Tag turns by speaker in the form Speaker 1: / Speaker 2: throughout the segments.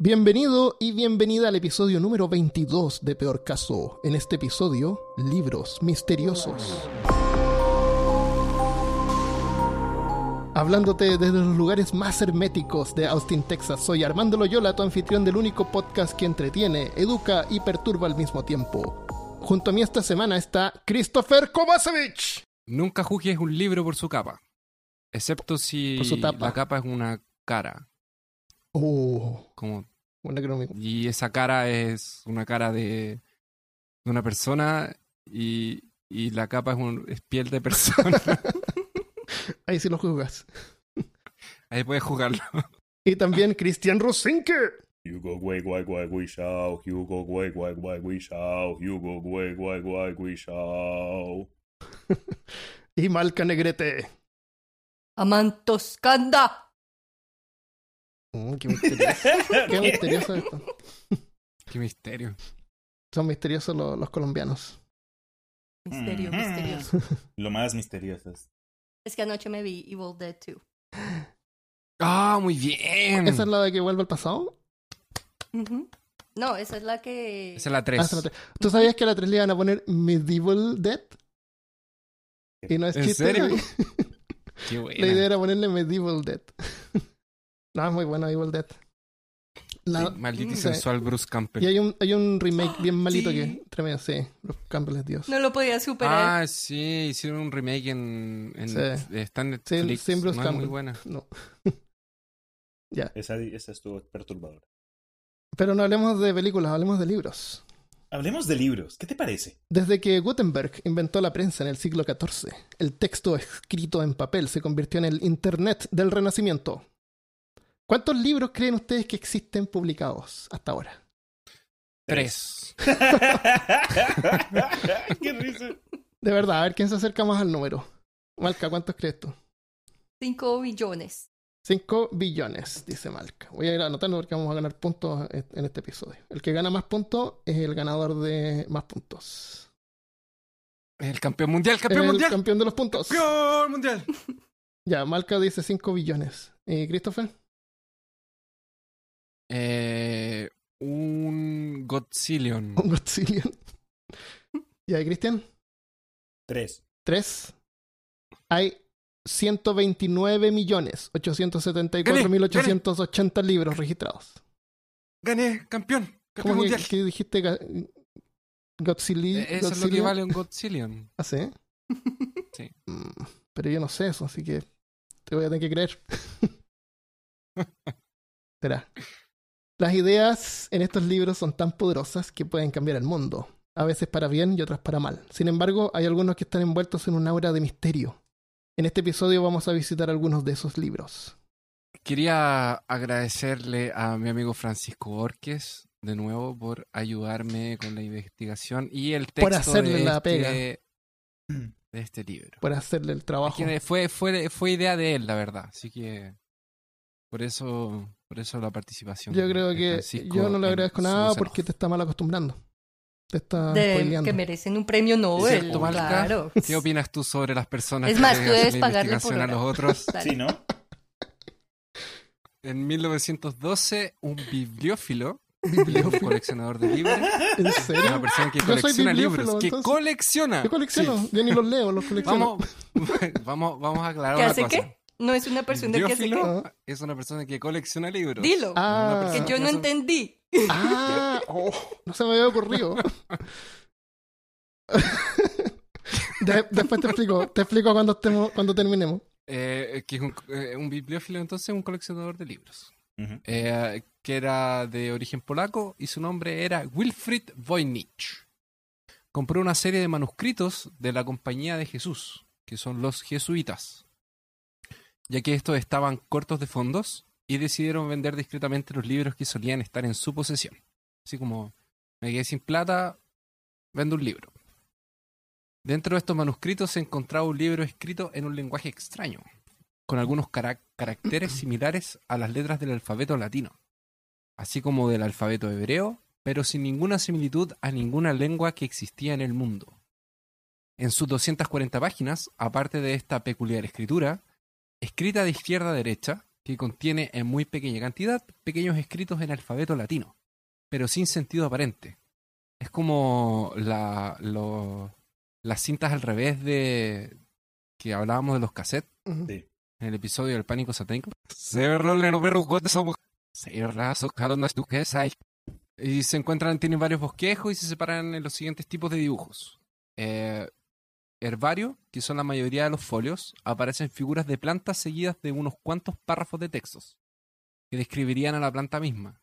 Speaker 1: Bienvenido y bienvenida al episodio número 22 de Peor Caso. En este episodio, libros misteriosos. Hablándote desde los lugares más herméticos de Austin, Texas, soy Armando Loyola, tu anfitrión del único podcast que entretiene, educa y perturba al mismo tiempo. Junto a mí esta semana está Christopher Kovacevic.
Speaker 2: Nunca juzgues un libro por su capa, excepto si
Speaker 1: Por su tapa.
Speaker 2: la capa es una cara.
Speaker 1: Oh,
Speaker 2: Como,
Speaker 1: buena que no me-
Speaker 2: y esa cara es una cara de, de una persona y, y la capa es, un, es piel de persona.
Speaker 1: Ahí sí lo juzgas.
Speaker 2: Ahí puedes jugarlo.
Speaker 1: Y también Cristian Rosinke.
Speaker 3: Hugo Guay Guay Guay Guay Shao, Hugo Guay Guay Guay Guay Shao, Hugo Guay Guay Guay Guay Shao.
Speaker 1: Y Malca Negrete.
Speaker 4: Amantoscanda.
Speaker 1: Mm, qué misterioso. qué misterioso esto.
Speaker 2: Qué misterio.
Speaker 1: Son misteriosos lo- los, colombianos.
Speaker 4: Misterio,
Speaker 3: Ujú.
Speaker 2: Mm-hmm.
Speaker 4: misterioso.
Speaker 3: Lo más misterioso es.
Speaker 4: Es que anoche me vi Evil Dead 2.
Speaker 2: ¡Ah, muy bien!
Speaker 1: ¿Esa es la de que vuelve al pasado?
Speaker 4: Ujú. No, esa es la que...
Speaker 2: Esa es la
Speaker 1: Ah, esa
Speaker 2: 3.
Speaker 1: es la tres. ¿Tú sabías que a la 3 le iban a poner Medieval Dead? Y no es
Speaker 2: ¿En
Speaker 1: chiste.
Speaker 2: serio?
Speaker 1: ¿no?
Speaker 2: Qué
Speaker 1: La idea
Speaker 2: buena.
Speaker 1: era ponerle Medieval Dead. no, es muy buena Evil Dead. La-
Speaker 2: Sí, maldito y
Speaker 1: Sí.
Speaker 2: sensual Bruce Campbell.
Speaker 1: Y hay un, hay un remake bien malito
Speaker 4: Sí.
Speaker 1: que tremendo, sí. Los Campbell es Dios.
Speaker 4: No lo podía superar.
Speaker 2: Ah, sí, hicieron un remake en... en
Speaker 1: Sí.
Speaker 2: Está en Netflix.
Speaker 1: sin Bruce
Speaker 2: no, es muy
Speaker 1: Campbell.
Speaker 2: buena.
Speaker 1: No.
Speaker 3: Esa, esa estuvo perturbadora.
Speaker 1: Pero no hablemos de películas, hablemos de libros.
Speaker 3: Hablemos de libros. ¿Qué te parece?
Speaker 1: Desde que Gutenberg inventó la prensa en el siglo XIV, el texto escrito en papel se convirtió en el Internet del Renacimiento. ¿Cuántos libros creen ustedes que existen publicados hasta ahora?
Speaker 2: 3.
Speaker 3: ¡Qué risa!
Speaker 1: De verdad, a ver quién se acerca más al número. Malca, ¿cuántos crees tú?
Speaker 4: 5 billones.
Speaker 1: 5 billones, dice Malca. Voy a ir anotando porque vamos a ganar puntos eh, en este episodio. El que gana más puntos es el ganador de más puntos.
Speaker 2: El campeón mundial, campeón
Speaker 1: el
Speaker 2: mundial.
Speaker 1: campeón de los puntos.
Speaker 2: Campeón mundial.
Speaker 1: Ya, Malca dice 5 billones. ¿Y Christopher?
Speaker 2: Eh, un Godzillion.
Speaker 1: Un Godzillion. ¿Ya, Cristian?
Speaker 3: Tres.
Speaker 1: 3 hay 129 millones libros registrados.
Speaker 2: Gané, campeón. Campeón
Speaker 1: ¿Cómo que,
Speaker 2: mundial.
Speaker 1: que dijiste ga- Godzilla?
Speaker 2: Eh, eso es lo que
Speaker 1: Godzilla?
Speaker 2: vale un Godzillion.
Speaker 1: ¿Ah, sí?
Speaker 2: Sí.
Speaker 1: Mm, Pero yo no sé eso, así que te voy a tener que creer. Será. Las ideas en estos libros son tan poderosas que pueden cambiar el mundo, a veces para bien y otras para mal. Sin embargo, hay algunos que están envueltos en un aura de misterio. En este episodio vamos a visitar algunos de esos libros.
Speaker 2: Quería agradecerle a mi amigo Francisco Orques de nuevo por ayudarme con la investigación y el texto
Speaker 1: Por hacerle
Speaker 2: de,
Speaker 1: la
Speaker 2: este,
Speaker 1: pega.
Speaker 2: de este libro.
Speaker 1: Por hacerle el
Speaker 2: Es
Speaker 1: trabajo.
Speaker 2: que fue, fue, fue idea de él, la verdad. Así que por eso, por eso la participación.
Speaker 1: Yo
Speaker 2: de-
Speaker 1: creo
Speaker 2: de
Speaker 1: que
Speaker 2: Francisco
Speaker 1: yo no le
Speaker 2: en
Speaker 1: agradezco
Speaker 2: su
Speaker 1: nada
Speaker 2: voz en
Speaker 1: porque
Speaker 2: off.
Speaker 1: te está mal acostumbrando. Te está
Speaker 4: De,
Speaker 1: spoileando.
Speaker 4: que merecen un premio Nobel.
Speaker 2: cierto, Malca?
Speaker 4: claro.
Speaker 2: ¿Qué opinas tú sobre las personas
Speaker 4: Es
Speaker 2: que
Speaker 4: más,
Speaker 2: le
Speaker 4: tú
Speaker 2: hacen
Speaker 4: debes
Speaker 2: la
Speaker 4: pagarle
Speaker 2: investigación
Speaker 4: por
Speaker 2: a
Speaker 4: hora.
Speaker 2: los otros?
Speaker 4: Dale.
Speaker 3: Sí, ¿no?
Speaker 2: En 1912, un bibliófilo, que es un coleccionador de libros,
Speaker 1: ¿En
Speaker 2: una
Speaker 1: serio?
Speaker 2: persona que
Speaker 1: Yo soy
Speaker 2: colecciona
Speaker 1: bibliófilo,
Speaker 2: libros, que
Speaker 1: entonces.
Speaker 2: colecciona.
Speaker 1: Yo colecciono,
Speaker 2: Sí.
Speaker 1: yo ni los leo, los colecciono.
Speaker 2: Vamos, vamos, vamos a aclarar
Speaker 4: ¿Qué
Speaker 2: una
Speaker 4: hace
Speaker 2: cosa.
Speaker 4: qué? No es una persona que hace
Speaker 2: Bibliófilo
Speaker 4: que...
Speaker 1: Ah.
Speaker 2: es una persona que colecciona libros.
Speaker 4: Dilo,
Speaker 2: Una
Speaker 1: Ah,
Speaker 2: persona
Speaker 4: que yo
Speaker 2: que
Speaker 4: no
Speaker 2: hace-
Speaker 4: entendí.
Speaker 1: Ah, oh, no se me había ocurrido. De- después te explico, te explico cuando estemos, cuando terminemos.
Speaker 2: Eh, que es un, eh, un bibliófilo, entonces, un coleccionador de libros.
Speaker 3: Ujú.
Speaker 2: Eh, que era de origen polaco y su nombre era Wilfried Voynich. Compró una serie de manuscritos de la Compañía de Jesús, que son los jesuitas, ya que estos estaban cortos de fondos y decidieron vender discretamente los libros que solían estar en su posesión. Así como, me quedé sin plata, vendo un libro. Dentro de estos manuscritos se encontraba un libro escrito en un lenguaje extraño, con algunos carac- caracteres similares a las letras del alfabeto latino, así como del alfabeto hebreo, pero sin ninguna similitud a ninguna lengua que existía en el mundo. En sus 240 páginas, aparte de esta peculiar escritura, escrita de izquierda a derecha, que contiene en muy pequeña cantidad pequeños escritos en alfabeto latino, pero sin sentido aparente. Es como la, lo- las cintas al revés de que hablábamos de los cassettes
Speaker 1: Ujú.
Speaker 3: Sí.
Speaker 2: en el episodio del pánico satánico. Y se encuentran, tienen varios bosquejos y se separan en los siguientes tipos de dibujos. Eh, herbario, que son la mayoría de los folios, aparecen figuras de plantas seguidas de unos cuantos párrafos de textos que describirían a la planta misma.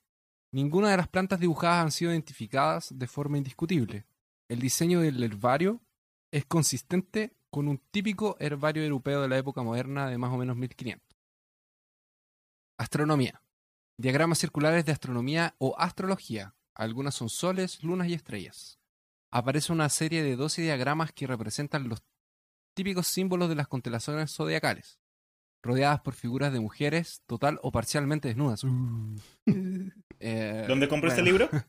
Speaker 2: Ninguna de las plantas dibujadas han sido identificadas de forma indiscutible. El diseño del herbario es consistente con un típico herbario europeo de la época moderna de más o menos 1500. Astronomía. Diagramas circulares de astronomía o astrología. Algunas son soles, lunas y estrellas. Aparece una serie de 12 diagramas que representan los típicos símbolos de las constelaciones zodiacales, rodeadas por figuras de mujeres total o parcialmente desnudas. Eh,
Speaker 3: ¿Dónde compró este
Speaker 2: bueno.
Speaker 3: libro?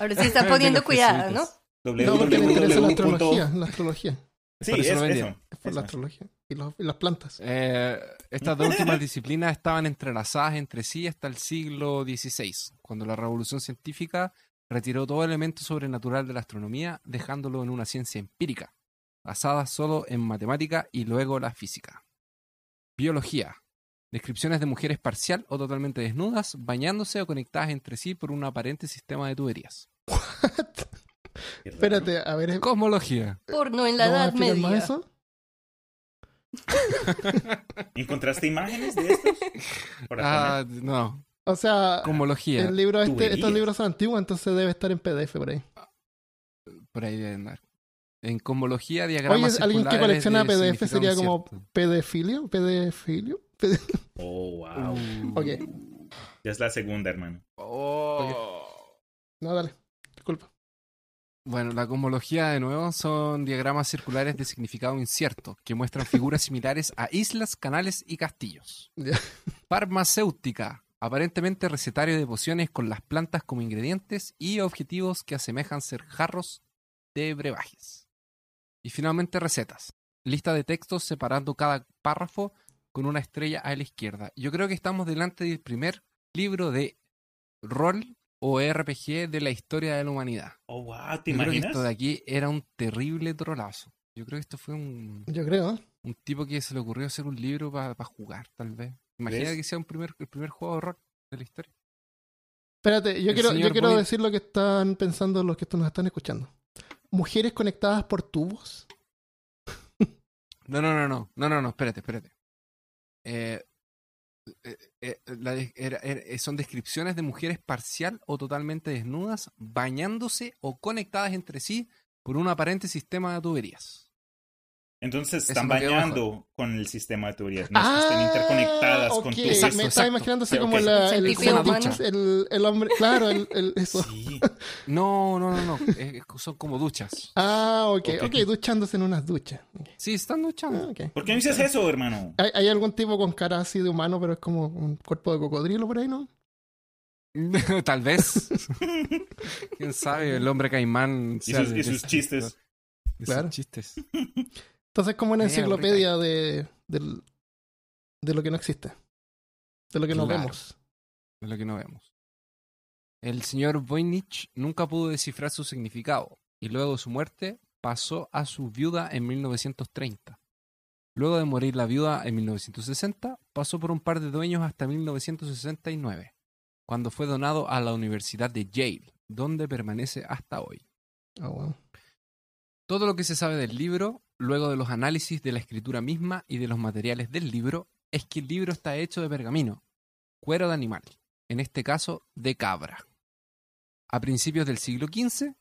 Speaker 4: Ahora sí están
Speaker 2: De
Speaker 4: poniendo
Speaker 2: los
Speaker 4: cuidado, ¿no?
Speaker 2: jesuitas.
Speaker 1: No, porque le interesa la astrología.
Speaker 3: www.
Speaker 1: La astrología.
Speaker 3: Sí,
Speaker 2: Por eso
Speaker 3: es
Speaker 2: lo
Speaker 3: eso.
Speaker 2: vendieron.
Speaker 1: Es por la
Speaker 3: Eso.
Speaker 1: astrología. Y, los- y las plantas.
Speaker 2: Eh, estas dos últimas disciplinas estaban entrelazadas entre sí hasta el siglo XVI, cuando la revolución científica retiró todo elemento sobrenatural de la astronomía, dejándolo en una ciencia empírica, basada solo en matemática y luego la física. Biología. Descripciones de mujeres parcial o totalmente desnudas, bañándose o conectadas entre sí por un aparente sistema de tuberías.
Speaker 1: Espérate, a ver. ¿cómo
Speaker 2: Cosmología.
Speaker 4: Porno en la
Speaker 1: vas a
Speaker 4: Edad
Speaker 1: explicar
Speaker 4: Media.
Speaker 1: más eso?
Speaker 3: ¿Encontraste imágenes de estos? Para
Speaker 2: Ah, no.
Speaker 1: O sea,
Speaker 2: Cosmología.
Speaker 1: el libro este-
Speaker 3: tuberías.
Speaker 1: estos libros son antiguos, entonces debe estar en PDF por ahí.
Speaker 2: Por ahí deben andar. En cosmología,
Speaker 1: Oye,
Speaker 2: diagramas
Speaker 1: alguien que
Speaker 2: circulares
Speaker 1: colecciona
Speaker 2: de
Speaker 1: PDF sería
Speaker 2: significado
Speaker 1: como pedefilio, pedefilio. pede-
Speaker 3: poner. Oh, wow.
Speaker 2: incierto.
Speaker 1: Ok,
Speaker 3: Ya es la segunda, hermano.
Speaker 2: Oh.
Speaker 1: no, dale, disculpa.
Speaker 2: Bueno, la cosmología de nuevo son diagramas circulares de significado incierto que muestran figuras similares a islas, canales y castillos.
Speaker 1: Ya.
Speaker 2: Farmacéutica, aparentemente recetario de pociones con las plantas como ingredientes y objetivos que asemejan ser jarros de brebajes. Y finalmente recetas, lista de textos separando cada párrafo con una estrella a la izquierda. Yo creo que estamos delante del primer libro de rol o RPG de la historia de la humanidad.
Speaker 3: Oh, wow. ¿Te
Speaker 2: Yo creo que
Speaker 3: imaginas?
Speaker 2: esto de aquí era un terrible trolazo. Yo creo que esto fue un,
Speaker 1: Yo creo, ¿eh?
Speaker 2: un tipo que se le ocurrió hacer un libro para jugar, tal vez. Imagina
Speaker 3: ¿Ves?
Speaker 2: que sea un primer, el primer juego de horror de la historia.
Speaker 1: Espérate, yo
Speaker 2: El
Speaker 1: quiero, yo
Speaker 2: señor
Speaker 1: quiero
Speaker 2: Boyd.
Speaker 1: decir lo que están pensando los que esto nos están escuchando. Mujeres conectadas por tubos.
Speaker 2: No, no, no, no, no, no, no, espérate, espérate. Eh, eh, eh, la de- era- era- eh, son descripciones de mujeres parcial o totalmente desnudas, bañándose o conectadas entre sí por un aparente sistema de tuberías.
Speaker 3: Entonces
Speaker 2: Eso
Speaker 3: están
Speaker 2: me quedó Ah,
Speaker 3: bañando con el sistema de teorías. No es que estén interconectadas
Speaker 1: Ah, ok,
Speaker 3: con tu
Speaker 1: Me
Speaker 2: Exacto,
Speaker 1: estaba
Speaker 2: exacto.
Speaker 1: imaginando así
Speaker 3: Sí,
Speaker 1: como
Speaker 3: ok.
Speaker 1: la- el,
Speaker 4: Sentí
Speaker 1: como
Speaker 2: feo,
Speaker 1: el-
Speaker 2: mano.
Speaker 1: el- el hombre. Claro, el, el- eso.
Speaker 3: Sí.
Speaker 2: No, no, no, no. es- son como duchas.
Speaker 1: Ah, ok,
Speaker 3: Ok.
Speaker 1: ok, duchándose en unas duchas. Ok,
Speaker 2: Sí, están
Speaker 1: ah,
Speaker 2: duchando.
Speaker 1: ok.
Speaker 3: ¿Por qué no dices eso, hermano?
Speaker 1: ¿Hay, hay algún tipo con cara así de humano, pero es como un cuerpo de cocodrilo por ahí, ¿no?
Speaker 2: Tal vez. ¿Quién sabe? El hombre caimán.
Speaker 3: Y
Speaker 2: sea
Speaker 3: sus,
Speaker 2: de-
Speaker 3: y sus
Speaker 2: de-
Speaker 3: chistes.
Speaker 2: de sus
Speaker 1: Claro.
Speaker 2: chistes.
Speaker 1: Entonces, como una
Speaker 3: Eh,
Speaker 2: Mira,
Speaker 1: enciclopedia de, del- de lo que no existe, de lo que no
Speaker 2: Claro.
Speaker 1: vemos.
Speaker 2: de lo que no vemos. El señor Voynich nunca pudo descifrar su significado y luego de su muerte pasó a su viuda en 1930. Luego de morir la viuda en 1960, pasó por un par de dueños hasta 1969, cuando fue donado a la Universidad de Yale, donde permanece hasta hoy.
Speaker 1: Ah, bueno.
Speaker 2: Todo lo que se sabe del libro, luego de los análisis de la escritura misma y de los materiales del libro, es que el libro está hecho de pergamino, cuero de animal, en este caso de cabra. A principios del siglo XV,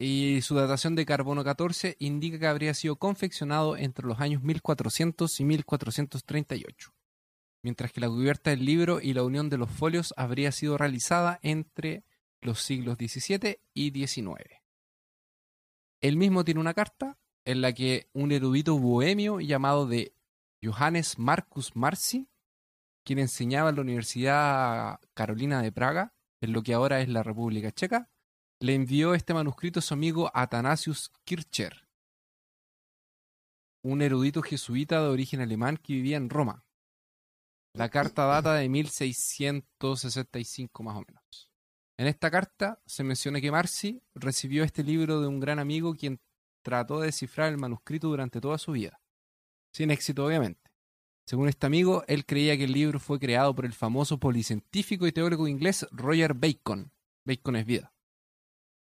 Speaker 2: y su datación de carbono 14 indica que habría sido confeccionado entre los años 1400 y 1438, mientras que la cubierta del libro y la unión de los folios habría sido realizada entre los siglos XVII y XIX. Él mismo tiene una carta en la que un erudito bohemio llamado de Johannes Marcus Marci, quien enseñaba en la Universidad Carolina de Praga, en lo que ahora es la República Checa, le envió este manuscrito a su amigo Athanasius Kircher, un erudito jesuita de origen alemán que vivía en Roma. La carta data de 1665 más o menos. En esta carta se menciona que Marci recibió este libro de un gran amigo quien trató de descifrar el manuscrito durante toda su vida. Sin éxito, obviamente. Según este amigo, él creía que el libro fue creado por el famoso policientífico y teórico inglés Roger Bacon. Bacon es vida.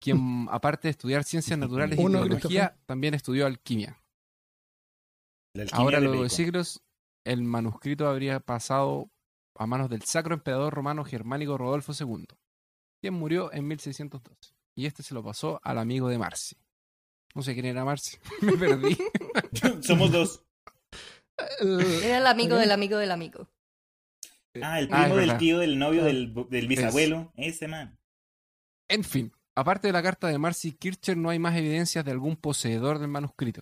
Speaker 2: Quien, aparte de estudiar ciencias naturales y
Speaker 1: Uno,
Speaker 2: biología,
Speaker 1: Christopher.
Speaker 2: también estudió alquimia.
Speaker 3: La alquimia
Speaker 2: Ahora,
Speaker 3: de
Speaker 2: luego de
Speaker 3: Bacon.
Speaker 2: siglos, el manuscrito habría pasado a manos del sacro emperador romano germánico Rodolfo II, quien murió en 1612. Y este se lo pasó al amigo de Marci. No sé quién era Marci, me perdí.
Speaker 3: Somos dos.
Speaker 1: El-
Speaker 4: Era el amigo
Speaker 1: Ok.
Speaker 4: del amigo del amigo.
Speaker 3: Ah,
Speaker 2: Ah,
Speaker 3: el
Speaker 2: es
Speaker 3: primo del
Speaker 2: verdad.
Speaker 3: tío, del novio,
Speaker 1: Ah.
Speaker 3: del, del bisabuelo. Ese man.
Speaker 2: En fin, aparte de la carta de Marcy Kircher, no hay más evidencias de algún poseedor del manuscrito.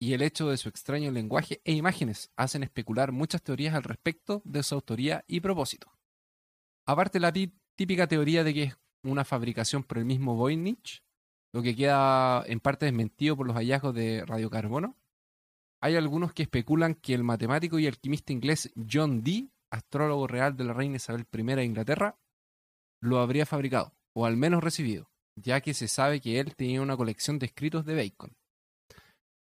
Speaker 2: Y el hecho de su extraño lenguaje e imágenes hacen especular muchas teorías al respecto de su autoría y propósito. Aparte la pi- típica teoría de que es una fabricación por el mismo Voynich, lo que queda en parte desmentido por los hallazgos de radiocarbono, hay algunos que especulan que el matemático y alquimista inglés John Dee, astrólogo real de la reina Isabel I de Inglaterra, lo habría fabricado, o al menos recibido, ya que se sabe que él tenía una colección de escritos de Bacon.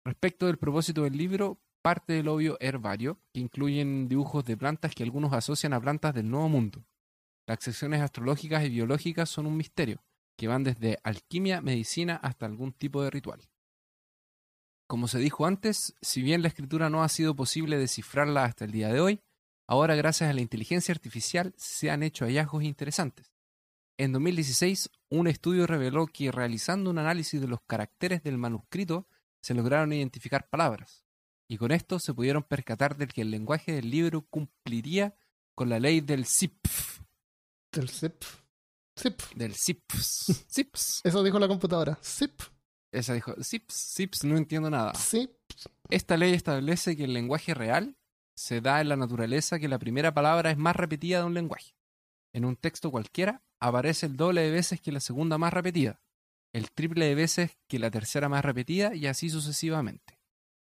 Speaker 2: Respecto del propósito del libro, parte del obvio herbario, que incluyen dibujos de plantas que algunos asocian a plantas del Nuevo Mundo. Las secciones astrológicas y biológicas son un misterio, que van desde alquimia, medicina, hasta algún tipo de ritual. Como se dijo antes, si bien la escritura no ha sido posible descifrarla hasta el día de hoy, ahora gracias a la inteligencia artificial se han hecho hallazgos interesantes. En 2016, un estudio reveló que realizando un análisis de los caracteres del manuscrito, se lograron identificar palabras, y con esto se pudieron percatar de que el lenguaje del libro cumpliría con la ley del SIPF,
Speaker 1: del zip. Zip.
Speaker 2: del SIPS, SIPS.
Speaker 1: Eso dijo la computadora. Zip.
Speaker 2: Esa dijo, SIPS, SIPS, no entiendo
Speaker 3: Ah.
Speaker 2: nada.
Speaker 1: Zip.
Speaker 2: Esta ley establece que el lenguaje real se da en la naturaleza que la primera palabra es más repetida de un lenguaje. En un texto cualquiera aparece el doble de veces que la segunda más repetida, el triple de veces que la tercera más repetida y así sucesivamente.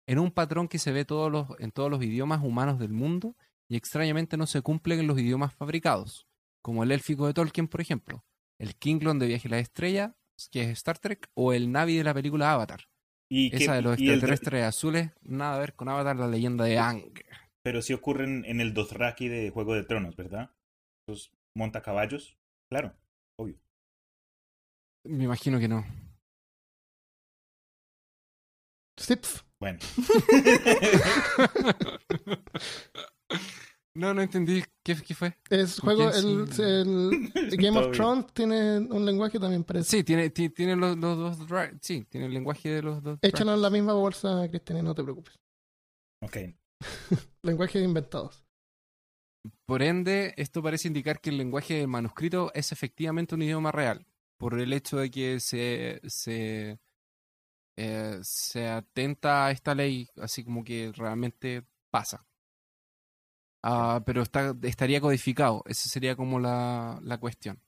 Speaker 2: En un patrón que se ve todos los- en todos los idiomas humanos del mundo y extrañamente no se cumple en los idiomas fabricados, como el élfico de Tolkien, por ejemplo, el Klingon de Viaje a la Estrella, que es Star Trek, o el Navi de la película Avatar.
Speaker 3: Y
Speaker 2: Esa
Speaker 3: que-
Speaker 2: de los
Speaker 3: y el-
Speaker 2: extraterrestres azules, nada a ver con Avatar, la leyenda de Ang.
Speaker 3: pero sí ocurren en el Dothraki de Juego de Tronos, ¿verdad? Los montacaballos. Claro.
Speaker 2: Me imagino que no.
Speaker 1: Zip.
Speaker 3: Bueno.
Speaker 2: No, no entendí. ¿Qué, qué fue?
Speaker 1: Es
Speaker 2: ¿Por
Speaker 1: juego.
Speaker 2: qué
Speaker 1: El,
Speaker 2: sí?
Speaker 1: el- el Game
Speaker 3: Todo bien.
Speaker 1: of Thrones tiene un lenguaje también parece.
Speaker 2: Sí, tiene, ti- tiene los, los dos dra- Sí, tiene el lenguaje de los dos. dra-
Speaker 1: Échalo en la misma bolsa, Cristian, y no te preocupes.
Speaker 3: Ok.
Speaker 1: Lenguajes inventados.
Speaker 2: Por ende, esto parece indicar que el lenguaje del manuscrito es efectivamente un idioma real, por el hecho de que se, se, eh, se atenta a esta ley, así como que realmente pasa. Ah, pero está, estaría codificado, esa sería como la, la cuestión.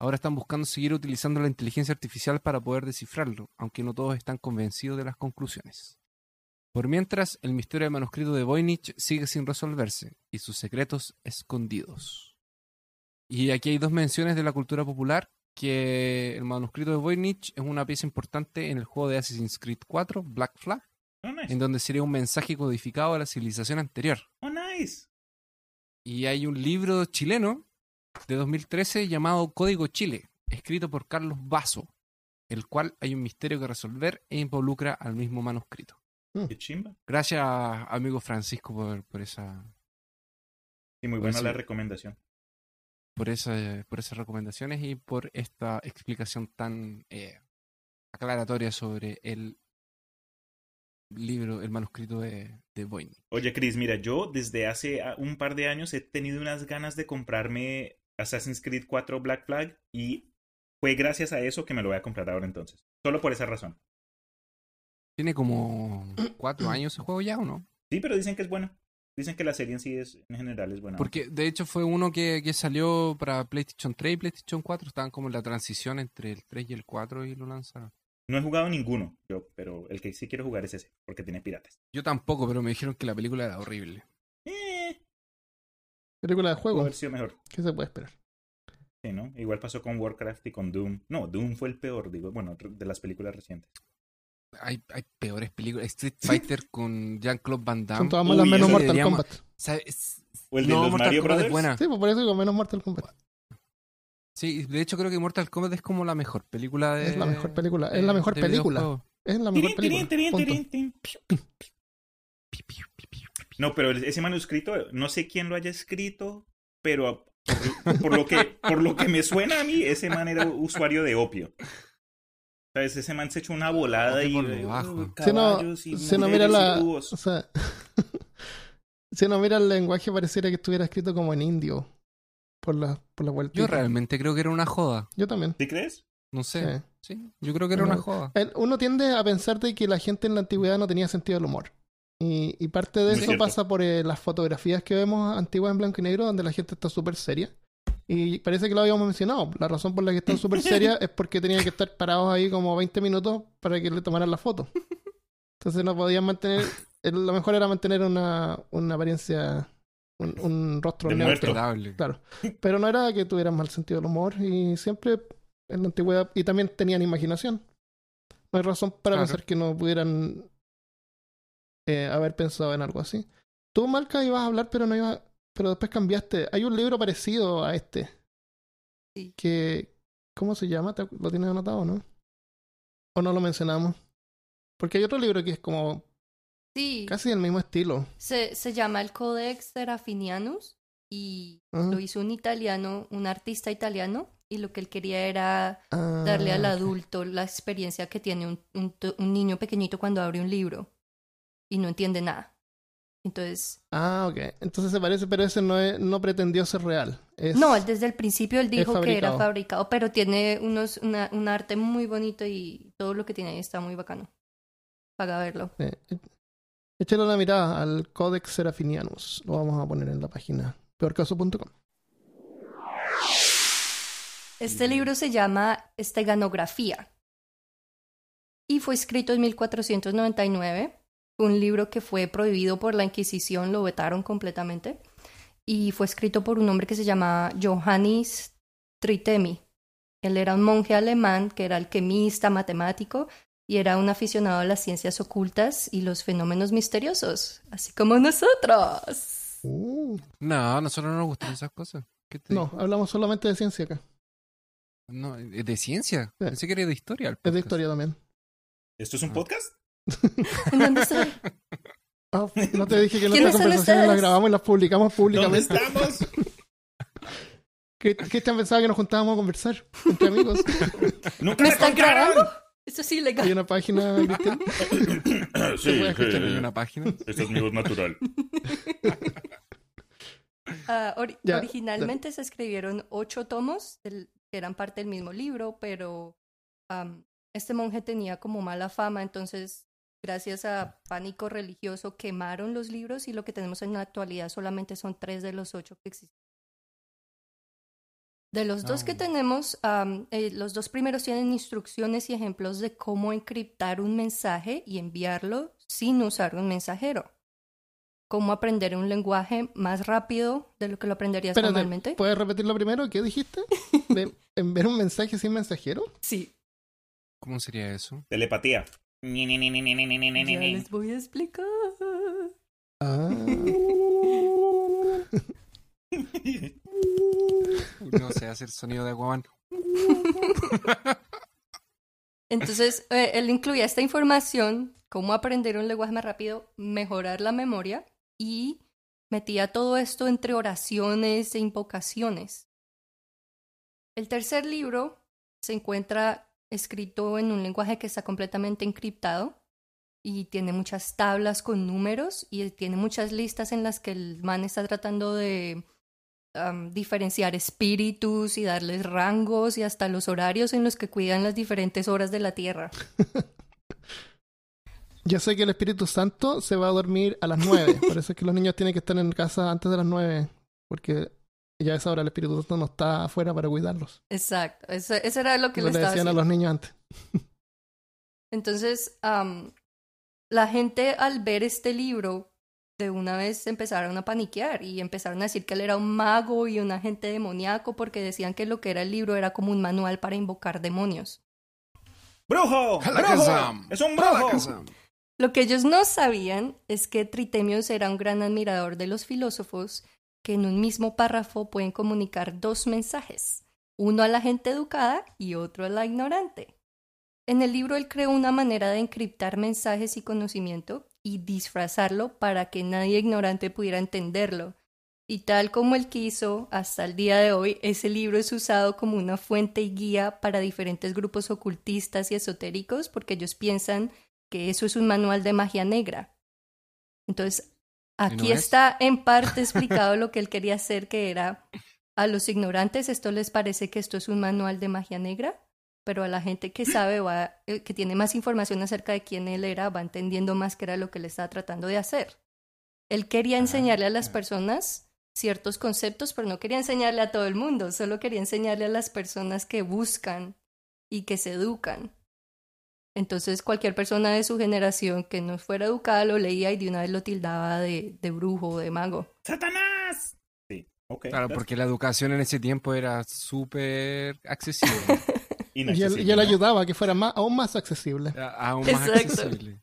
Speaker 2: Ahora están buscando seguir utilizando la inteligencia artificial para poder descifrarlo, aunque no todos están convencidos de las conclusiones. Por mientras, el misterio del manuscrito de Voynich sigue sin resolverse y sus secretos escondidos. Y aquí hay dos menciones de la cultura popular que el manuscrito de Voynich es una pieza importante en el juego de Assassin's Creed 4, Black Flag,
Speaker 3: Oh, nice.
Speaker 2: en donde sería un mensaje codificado a la civilización anterior.
Speaker 3: Oh, nice.
Speaker 2: Y hay un libro chileno de 2013 llamado Código Chile, escrito por Carlos Basso, el cual hay un misterio que resolver e involucra al mismo manuscrito.
Speaker 3: Qué chimba.
Speaker 2: Gracias, amigo Francisco, por, por esa
Speaker 3: Y muy
Speaker 2: Pues
Speaker 3: buena
Speaker 2: sí.
Speaker 3: la recomendación.
Speaker 2: por esa, por esas recomendaciones y por esta explicación tan eh, aclaratoria sobre el libro, el manuscrito de, de Voynich.
Speaker 3: Oye, Chris, mira, yo desde hace ah, un par de años he tenido unas ganas de comprarme Assassin's Creed 4 Black Flag y fue gracias a eso que me lo voy a comprar ahora entonces. Solo por esa razón.
Speaker 2: Tiene como cuatro años ese juego ya, ¿o no?
Speaker 3: Sí, pero dicen que es bueno. Dicen que la serie en sí es, en general es buena.
Speaker 2: Porque de hecho fue uno que, que salió para PlayStation 3 y PlayStation 4. Estaban como en la transición entre el 3 y el 4 y lo lanzaron.
Speaker 3: No he jugado ninguno, yo, pero el que sí quiero jugar es ese, porque tiene piratas.
Speaker 2: Yo tampoco, pero me dijeron que la película era horrible.
Speaker 3: Eh,
Speaker 1: Película de juego.
Speaker 3: Pudo haber sido mejor.
Speaker 1: ¿Qué se puede esperar?
Speaker 3: Sí, ¿no? Igual pasó con Warcraft y con Doom. No, Doom fue el peor, digo, bueno, de las películas recientes.
Speaker 2: Hay, hay peores películas. Street Fighter con Jean-Claude Van Damme.
Speaker 1: Son todas malas
Speaker 3: Ah, Uy,
Speaker 1: menos
Speaker 3: esa
Speaker 1: Mortal
Speaker 2: deberíamos-
Speaker 1: Kombat.
Speaker 2: ¿Sabes?
Speaker 3: O el de
Speaker 2: no,
Speaker 3: los
Speaker 2: Mortal
Speaker 3: Mario
Speaker 2: Kombat
Speaker 3: Brothers.
Speaker 2: es buena.
Speaker 1: Sí, pues por eso digo menos Mortal Kombat.
Speaker 2: Sí, de hecho creo que Mortal Kombat es como la mejor película de...
Speaker 1: Es la mejor película. Es la
Speaker 2: de-
Speaker 1: mejor
Speaker 2: de
Speaker 1: película.
Speaker 2: videojuegos.
Speaker 1: Es la mejor película.
Speaker 3: Tirín, tirín, tirín,
Speaker 1: Punto.
Speaker 3: tirín, tirín. No, pero ese manuscrito, no sé quién lo haya escrito, pero por, por lo, que, por lo que me suena a mí, ese man era usuario de opio. ¿Sabes? Ese man se echó una volada
Speaker 2: Opio
Speaker 3: y
Speaker 2: por debajo.
Speaker 3: uh,
Speaker 1: Si no,
Speaker 3: caballos y
Speaker 1: si no mira
Speaker 3: mujeres y
Speaker 1: la. O
Speaker 3: búhos.
Speaker 1: sea, si no mira el lenguaje, pareciera que estuviera escrito como en indio. Por la, por la vuelta.
Speaker 2: Yo realmente creo que era una joda.
Speaker 1: Yo también.
Speaker 3: ¿Sí crees?
Speaker 2: No sé. Sí, yo creo que era
Speaker 1: No.
Speaker 2: una joda.
Speaker 1: El- Uno tiende a pensar de que la gente en la antigüedad no tenía sentido del humor. Y, y parte de
Speaker 3: Muy
Speaker 1: eso
Speaker 3: cierto.
Speaker 1: pasa por eh, las fotografías que vemos antiguas en blanco y negro, donde la gente está súper seria. Y parece que lo habíamos mencionado. La razón por la que están súper serias es porque tenían que estar parados ahí como 20 minutos para que le tomaran la foto. Entonces no podían mantener. el- Lo mejor era mantener una, una apariencia. Un, un rostro
Speaker 3: De
Speaker 1: neutro.
Speaker 3: muerto.
Speaker 2: Esperable.
Speaker 1: Claro. Pero no era que tuvieran mal sentido del humor y siempre en la antigüedad. Y también tenían imaginación. No hay razón para
Speaker 2: Claro.
Speaker 1: pensar que no pudieran eh, haber pensado en algo así. Tú, Marca, ibas a hablar, pero no iba. Pero después cambiaste. Hay un libro parecido a este.
Speaker 4: Sí.
Speaker 1: Que. ¿Cómo se llama? ¿Te acu- ¿Lo tienes anotado, no? ¿O no lo mencionamos? Porque hay otro libro que es como
Speaker 4: Sí,
Speaker 1: casi del mismo estilo.
Speaker 4: se, se llama el Codex Serafinianus y
Speaker 1: Ah,
Speaker 4: lo hizo un italiano, un artista italiano, y lo que él quería era
Speaker 1: ah,
Speaker 4: darle al
Speaker 1: ok.
Speaker 4: adulto la experiencia que tiene un, un to- un niño pequeñito cuando abre un libro y no entiende nada. Entonces,
Speaker 1: Ah, ok. Entonces se parece, pero ese no, es- no pretendió ser real. Es-
Speaker 4: no, él desde el principio él dijo que era
Speaker 1: fabricado.
Speaker 4: fabricado, pero tiene unos, una- un arte muy bonito y todo lo que tiene ahí está muy bacano. Paga verlo.
Speaker 1: eh, eh, échale una mirada al Codex Serafinianus. Lo vamos a poner en la página peorcaso.com.
Speaker 4: Este libro se llama Esteganografía y fue escrito en 1499. Fue Un libro que fue prohibido por la Inquisición, lo vetaron completamente. Y fue escrito por un hombre que se llamaba Johannes Tritemi. Él era un monje alemán que era alquimista, matemático y era un aficionado a las ciencias ocultas y los fenómenos misteriosos, así como nosotros.
Speaker 1: Uh,
Speaker 2: No, a nosotros no nos gustan esas cosas. ¿Qué te
Speaker 1: no, hablamos solamente de ciencia acá.
Speaker 2: No, es de ciencia.
Speaker 1: Sí.
Speaker 2: Pensé que era de historia. el
Speaker 1: Es de
Speaker 2: podcast.
Speaker 1: historia también.
Speaker 3: ¿Esto es un
Speaker 2: Ah.
Speaker 3: podcast?
Speaker 4: ¿En dónde estoy?
Speaker 1: Ah, no te dije que
Speaker 4: ¿Quiénes
Speaker 1: nuestras
Speaker 4: son
Speaker 1: conversaciones las
Speaker 4: ustedes?
Speaker 1: grabamos y las publicamos
Speaker 3: ¿Dónde
Speaker 1: públicamente.
Speaker 3: estamos?
Speaker 1: ¿Qué, Cristian pensaba que nos juntábamos a conversar entre amigos.
Speaker 3: ¿Nunca me
Speaker 4: ¿Me están
Speaker 3: encontraron?
Speaker 4: grabando? Eso es ilegal.
Speaker 1: Hay una página, Cristian.
Speaker 3: Sí,
Speaker 1: puede escuchar
Speaker 2: Hay
Speaker 3: sí.
Speaker 2: una página.
Speaker 3: Esta es mi voz natural.
Speaker 4: Ah, ori-
Speaker 1: Ya,
Speaker 4: originalmente se escribieron ocho tomos del- que eran parte del mismo libro, pero am, este monje tenía como mala fama, entonces gracias a pánico religioso quemaron los libros y lo que tenemos en la actualidad solamente son tres de los ocho que existen. De los dos
Speaker 2: Ah,
Speaker 4: que
Speaker 2: bueno.
Speaker 4: tenemos, am, eh, los dos primeros tienen instrucciones y ejemplos de cómo encriptar un mensaje y enviarlo sin usar un mensajero cómo aprender un lenguaje más rápido de lo que lo aprenderías
Speaker 1: Espérate,
Speaker 4: normalmente.
Speaker 1: ¿puedes repetirlo primero? ¿Qué dijiste? ¿De enviar un mensaje sin mensajero?
Speaker 4: Sí,
Speaker 2: ¿Cómo sería eso?
Speaker 3: Telepatía. Ni, ni, ni, ni, ni, ni, ni, ni,
Speaker 4: ya
Speaker 3: ni, ni.
Speaker 4: les voy a explicar.
Speaker 1: Ah.
Speaker 2: No sé, hacer sonido de Aquaman.
Speaker 4: Entonces, eh, él incluía esta información, cómo aprender un lenguaje más rápido, mejorar la memoria y metía todo esto entre oraciones e invocaciones. El tercer libro se encuentra escrito en un lenguaje que está completamente encriptado y tiene muchas tablas con números y tiene muchas listas en las que el man está tratando de am, diferenciar espíritus y darles rangos y hasta los horarios en los que cuidan las diferentes horas de la Tierra.
Speaker 1: Yo sé que el Espíritu Santo se va a dormir a las 9. Por eso es que los niños tienen que estar en casa antes de las 9. Porque ya a esa hora el Espíritu Santo no está afuera para cuidarlos.
Speaker 4: Exacto, eso, eso era lo que
Speaker 1: Eso
Speaker 4: le
Speaker 1: le
Speaker 4: estaba
Speaker 1: decían a
Speaker 4: haciendo.
Speaker 1: los niños antes.
Speaker 4: Entonces, am, la gente al ver este libro de una vez empezaron a paniquear y empezaron a decir que él era un mago y un agente demoníaco porque decían que lo que era el libro era como un manual para invocar demonios.
Speaker 3: ¡Brujo! ¡Brujo!
Speaker 2: Alakazam.
Speaker 3: ¡Oh, ¡Es un brujo!
Speaker 2: Alakazam.
Speaker 4: Lo que ellos no sabían es que Tritemios era un gran admirador de los filósofos que en un mismo párrafo pueden comunicar dos mensajes, uno a la gente educada y otro a la ignorante. En el libro él creó una manera de encriptar mensajes y conocimiento y disfrazarlo para que nadie ignorante pudiera entenderlo. Y tal como él quiso, hasta el día de hoy, ese libro es usado como una fuente y guía para diferentes grupos ocultistas y esotéricos porque ellos piensan que eso es un manual de magia negra. Entonces, aquí
Speaker 2: es?
Speaker 4: está en parte explicado lo que él quería hacer, que era a los ignorantes esto les parece que esto es un manual de magia negra, pero a la gente que sabe, va, eh, que tiene más información acerca de quién él era, va entendiendo más que era lo que le estaba tratando de hacer. Él quería enseñarle a las personas ciertos conceptos, pero no quería enseñarle a todo el mundo, solo quería enseñarle a las personas que buscan y que se educan. Entonces cualquier persona de su generación que no fuera educada lo leía y de una vez lo tildaba de, de brujo o de mago.
Speaker 3: ¡Satanás! Sí, ok.
Speaker 2: Claro,
Speaker 3: that's
Speaker 2: porque la educación en ese tiempo era súper accesible.
Speaker 1: Y él,
Speaker 3: inaccesible,
Speaker 1: y él
Speaker 3: ¿no?
Speaker 1: ayudaba a que fuera más, aún más accesible.
Speaker 2: era aún más
Speaker 4: Exacto.
Speaker 2: accesible.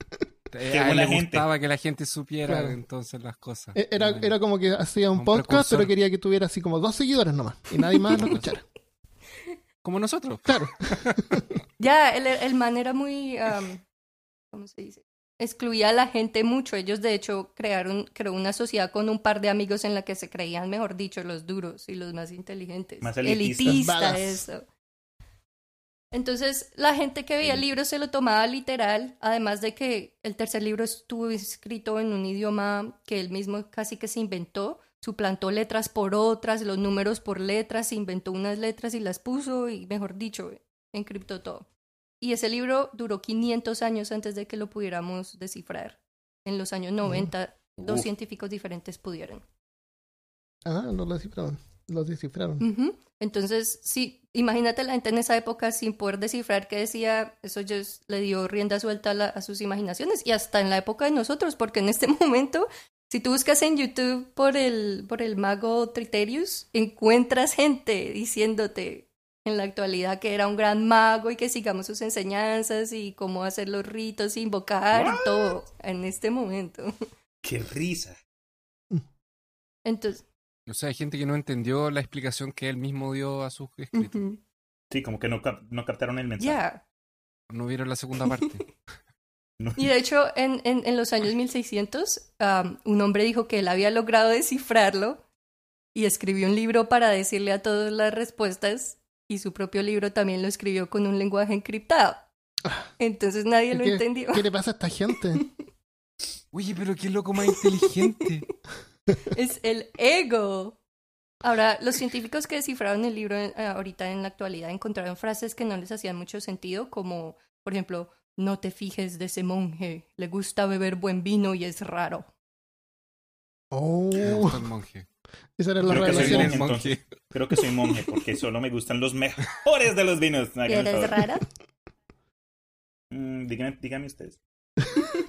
Speaker 2: Eh,
Speaker 3: Qué
Speaker 2: a él
Speaker 3: buena
Speaker 2: le
Speaker 3: gente.
Speaker 2: gustaba que la gente supiera
Speaker 1: Claro.
Speaker 2: entonces las cosas.
Speaker 4: Eh,
Speaker 1: E- Era,
Speaker 2: Bueno.
Speaker 1: era como que hacía un,
Speaker 2: Un
Speaker 1: podcast,
Speaker 2: precursor.
Speaker 1: pero quería que tuviera así como dos seguidores nomás. Y nadie más lo escuchara.
Speaker 2: Como nosotros.
Speaker 1: Claro.
Speaker 4: Ya, el, el man era muy, am, ¿cómo se dice? Excluía a la gente mucho. Ellos de hecho crearon, creó una sociedad con un par de amigos en la que se creían, mejor dicho, los duros y los más inteligentes.
Speaker 3: Más elitistas.
Speaker 4: Elitista,
Speaker 1: Badass.
Speaker 4: eso. Entonces, la gente que veía el
Speaker 3: Elite.
Speaker 4: libro se lo tomaba literal, además de que el tercer libro estuvo escrito en un idioma que él mismo casi que se inventó, suplantó letras por otras, los números por letras, se inventó unas letras y las puso, y mejor dicho, encriptó todo. Y ese libro duró 500 años antes de que lo pudiéramos descifrar. En los años 90, dos
Speaker 3: Uf.
Speaker 4: científicos diferentes pudieron.
Speaker 1: Ah, no lo descifraron. Los descifraron.
Speaker 4: Ujú. Entonces, sí, imagínate la gente en esa época sin poder descifrar qué decía, eso ya es- le dio rienda suelta a, la- a sus imaginaciones y hasta en la época de nosotros, porque en este momento, si tú buscas en YouTube por el, por el mago Triterius, encuentras gente diciéndote en la actualidad que era un gran mago y que sigamos sus enseñanzas y cómo hacer los ritos, invocar y todo en este momento.
Speaker 3: ¡Qué risa!
Speaker 4: Entonces,
Speaker 2: O sea, hay gente que no entendió la explicación que él mismo dio a sus escritos.
Speaker 4: ujú,
Speaker 3: Sí, como que no, cap- no captaron el
Speaker 4: ya.
Speaker 3: mensaje.
Speaker 2: No vieron la segunda parte.
Speaker 3: No-
Speaker 4: Y de hecho, en, en- en los años 1600, am, un hombre dijo que él había logrado descifrarlo y escribió un libro para decirle a todos las respuestas y su propio libro también lo escribió con un lenguaje encriptado. Entonces nadie lo
Speaker 1: ¿Qué-
Speaker 4: entendió.
Speaker 1: ¿Qué le pasa a esta gente?
Speaker 2: Oye, pero qué loco más inteligente.
Speaker 4: Es el ego. Ahora, los científicos que descifraron el libro eh, ahorita en la actualidad encontraron frases que no les hacían mucho sentido, como, por ejemplo, no te fijes de ese monje, le gusta beber buen vino y es raro.
Speaker 2: Me
Speaker 1: Oh,
Speaker 2: gusta el monje.
Speaker 1: esas eran las
Speaker 3: Creo que soy
Speaker 1: revelaciones.
Speaker 3: monje, Creo que soy monje porque solo me gustan los mejores de los vinos. No, hágame el favor.
Speaker 4: ¿Eres rara?
Speaker 3: Mm, díganme, díganme ustedes.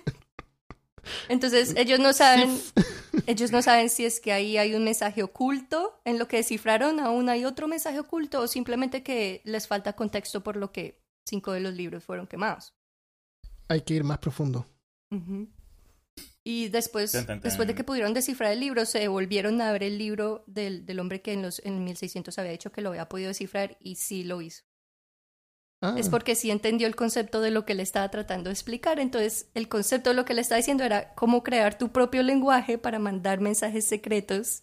Speaker 3: Mm,
Speaker 4: Entonces ellos no saben, ellos no saben si es que ahí hay un mensaje oculto en lo que descifraron, aún hay otro mensaje oculto o simplemente que les falta contexto por lo que cinco de los libros fueron quemados.
Speaker 1: Hay que ir más profundo.
Speaker 4: Ujú. Y después,
Speaker 3: Tan, tan, tan.
Speaker 4: después de que pudieron descifrar el libro, se volvieron a ver el libro del, del hombre que en los en 1600 había dicho que lo había podido descifrar y sí lo hizo.
Speaker 1: Ah,
Speaker 4: Es porque sí entendió el concepto de lo que le estaba tratando de explicar. Entonces, el concepto de lo que le estaba diciendo era cómo crear tu propio lenguaje para mandar mensajes secretos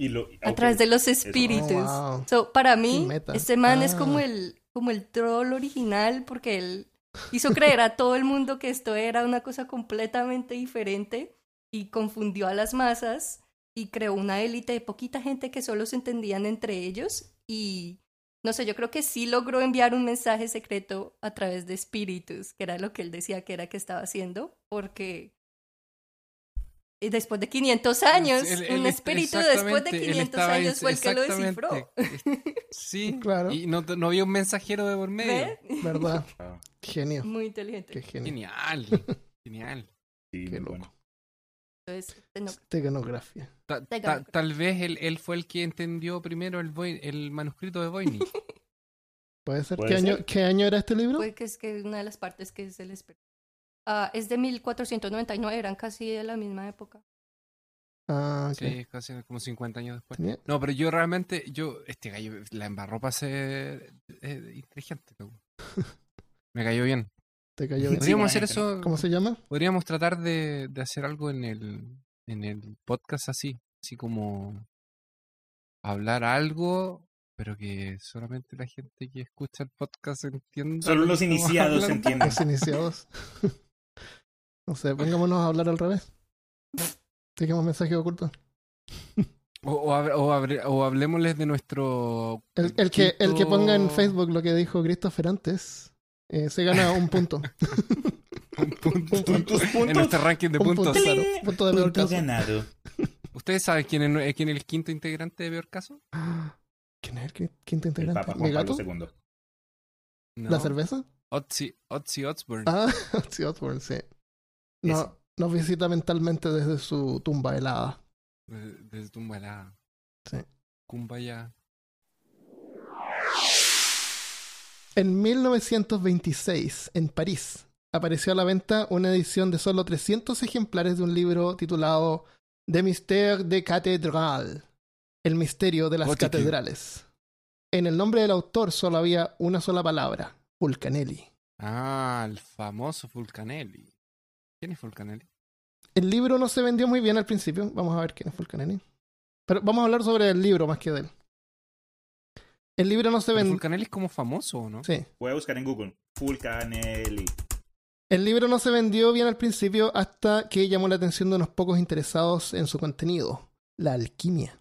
Speaker 3: Y lo,
Speaker 4: a través de los espíritus.
Speaker 1: Oh, wow.
Speaker 4: So, para mí,
Speaker 1: meta.
Speaker 4: este man es
Speaker 1: Ah.
Speaker 4: como el, como el troll original porque él hizo creer a todo el mundo que esto era una cosa completamente diferente y confundió a las masas y creó una élite de poquita gente que solo se entendían entre ellos y no sé, yo creo que sí logró enviar un mensaje secreto a través de espíritus, que era lo que él decía que era que estaba haciendo, porque y después de 500 años,
Speaker 2: El- el-
Speaker 4: un espíritu después de
Speaker 2: exactamente, él
Speaker 4: 500
Speaker 2: estaba
Speaker 4: años fue el que lo
Speaker 2: exactamente.
Speaker 4: descifró.
Speaker 2: Sí,
Speaker 1: Claro.
Speaker 2: Y no, no había un mensajero de por medio.
Speaker 4: ¿Ve?
Speaker 1: ¿Verdad?
Speaker 3: Ah,
Speaker 1: Genio.
Speaker 4: Muy
Speaker 1: Qué
Speaker 4: inteligente.
Speaker 1: genio.
Speaker 2: Genial. Genial.
Speaker 3: sí,
Speaker 1: Qué
Speaker 3: bueno.
Speaker 1: loco.
Speaker 4: es tecno-
Speaker 1: Teganografía.
Speaker 2: Ta-
Speaker 4: Te
Speaker 2: ta-
Speaker 4: conozco.
Speaker 2: tal vez él, él fue el que entendió primero el, Voy- el manuscrito de Voynich.
Speaker 1: ¿Puede ser?
Speaker 3: Puede
Speaker 1: ¿Qué, Año,
Speaker 3: ser.
Speaker 1: ¿Qué año era este libro?
Speaker 4: Pues que es que una de las partes que se les perdió. Ah, es de 1499, eran casi de la misma época.
Speaker 1: Ah, ok.
Speaker 2: Sí, casi como 50 años después.
Speaker 1: Tenía-
Speaker 2: No, pero yo realmente, yo, este gallo, la embarró para ser eh, inteligente. loco. Me cayó bien.
Speaker 1: Te cayó bien.
Speaker 3: Sí.
Speaker 2: Podríamos hacer
Speaker 3: bueno,
Speaker 2: eso,
Speaker 1: ¿Cómo se llama?
Speaker 2: podríamos tratar de, de hacer algo en el, en el podcast así, así como hablar algo, pero que solamente la gente que escucha el podcast entienda.
Speaker 3: Solo
Speaker 2: lo que
Speaker 3: los
Speaker 2: estamos
Speaker 3: iniciados
Speaker 2: hablando.
Speaker 3: entienden.
Speaker 1: Los iniciados. no sé, pongámonos a hablar al revés. Digamos mensaje oculto.
Speaker 2: O, o, hab- o, hable- o hablemosles de nuestro.
Speaker 1: El, el que, el que ponga en
Speaker 2: quinto-
Speaker 1: Facebook lo que dijo Christopher antes, eh, se gana un punto.
Speaker 2: un punto.
Speaker 3: Tus- tus
Speaker 2: En
Speaker 3: puntos.
Speaker 2: nuestro ranking de
Speaker 1: Un punto,
Speaker 2: puntos.
Speaker 1: claro. Punto de peor
Speaker 3: Punto
Speaker 1: caso.
Speaker 3: ganado.
Speaker 2: ¿Ustedes saben quién es, nue- quién es el quinto integrante de Peor Caso?
Speaker 1: ¿Quién es el qui- quinto
Speaker 3: El
Speaker 1: integrante?
Speaker 3: Papa
Speaker 1: ¿Mi
Speaker 3: Juan
Speaker 1: gato?
Speaker 3: Pablo II.
Speaker 2: No.
Speaker 1: ¿La cerveza?
Speaker 2: Otzi, Otzi Osbourne.
Speaker 1: Ah, sí, Osborne, sí. No, nos visita mentalmente desde su tumba helada.
Speaker 2: de- Desde Tumbalá.
Speaker 1: Sí.
Speaker 2: Kumbaya.
Speaker 1: En 1926, en París, apareció a la venta una edición de solo 300 ejemplares de un libro titulado De Mystère de Cathédrale, El misterio de las
Speaker 2: Gótico.
Speaker 1: catedrales. En el nombre del autor solo había una sola palabra, Vulcanelli.
Speaker 2: Ah, el famoso Fulcanelli. ¿Quién es Fulcanelli?
Speaker 1: El libro no se vendió muy bien al principio. Vamos a ver quién es Fulcanelli. Pero vamos a hablar sobre el libro más que de él. El libro no se
Speaker 2: Pero
Speaker 1: vendió.
Speaker 2: Fulcanelli es como famoso, ¿no?
Speaker 1: Sí.
Speaker 3: Voy a buscar en Google. Fulcanelli.
Speaker 1: El libro no se vendió bien al principio hasta que llamó la atención de unos pocos interesados en su contenido, la alquimia.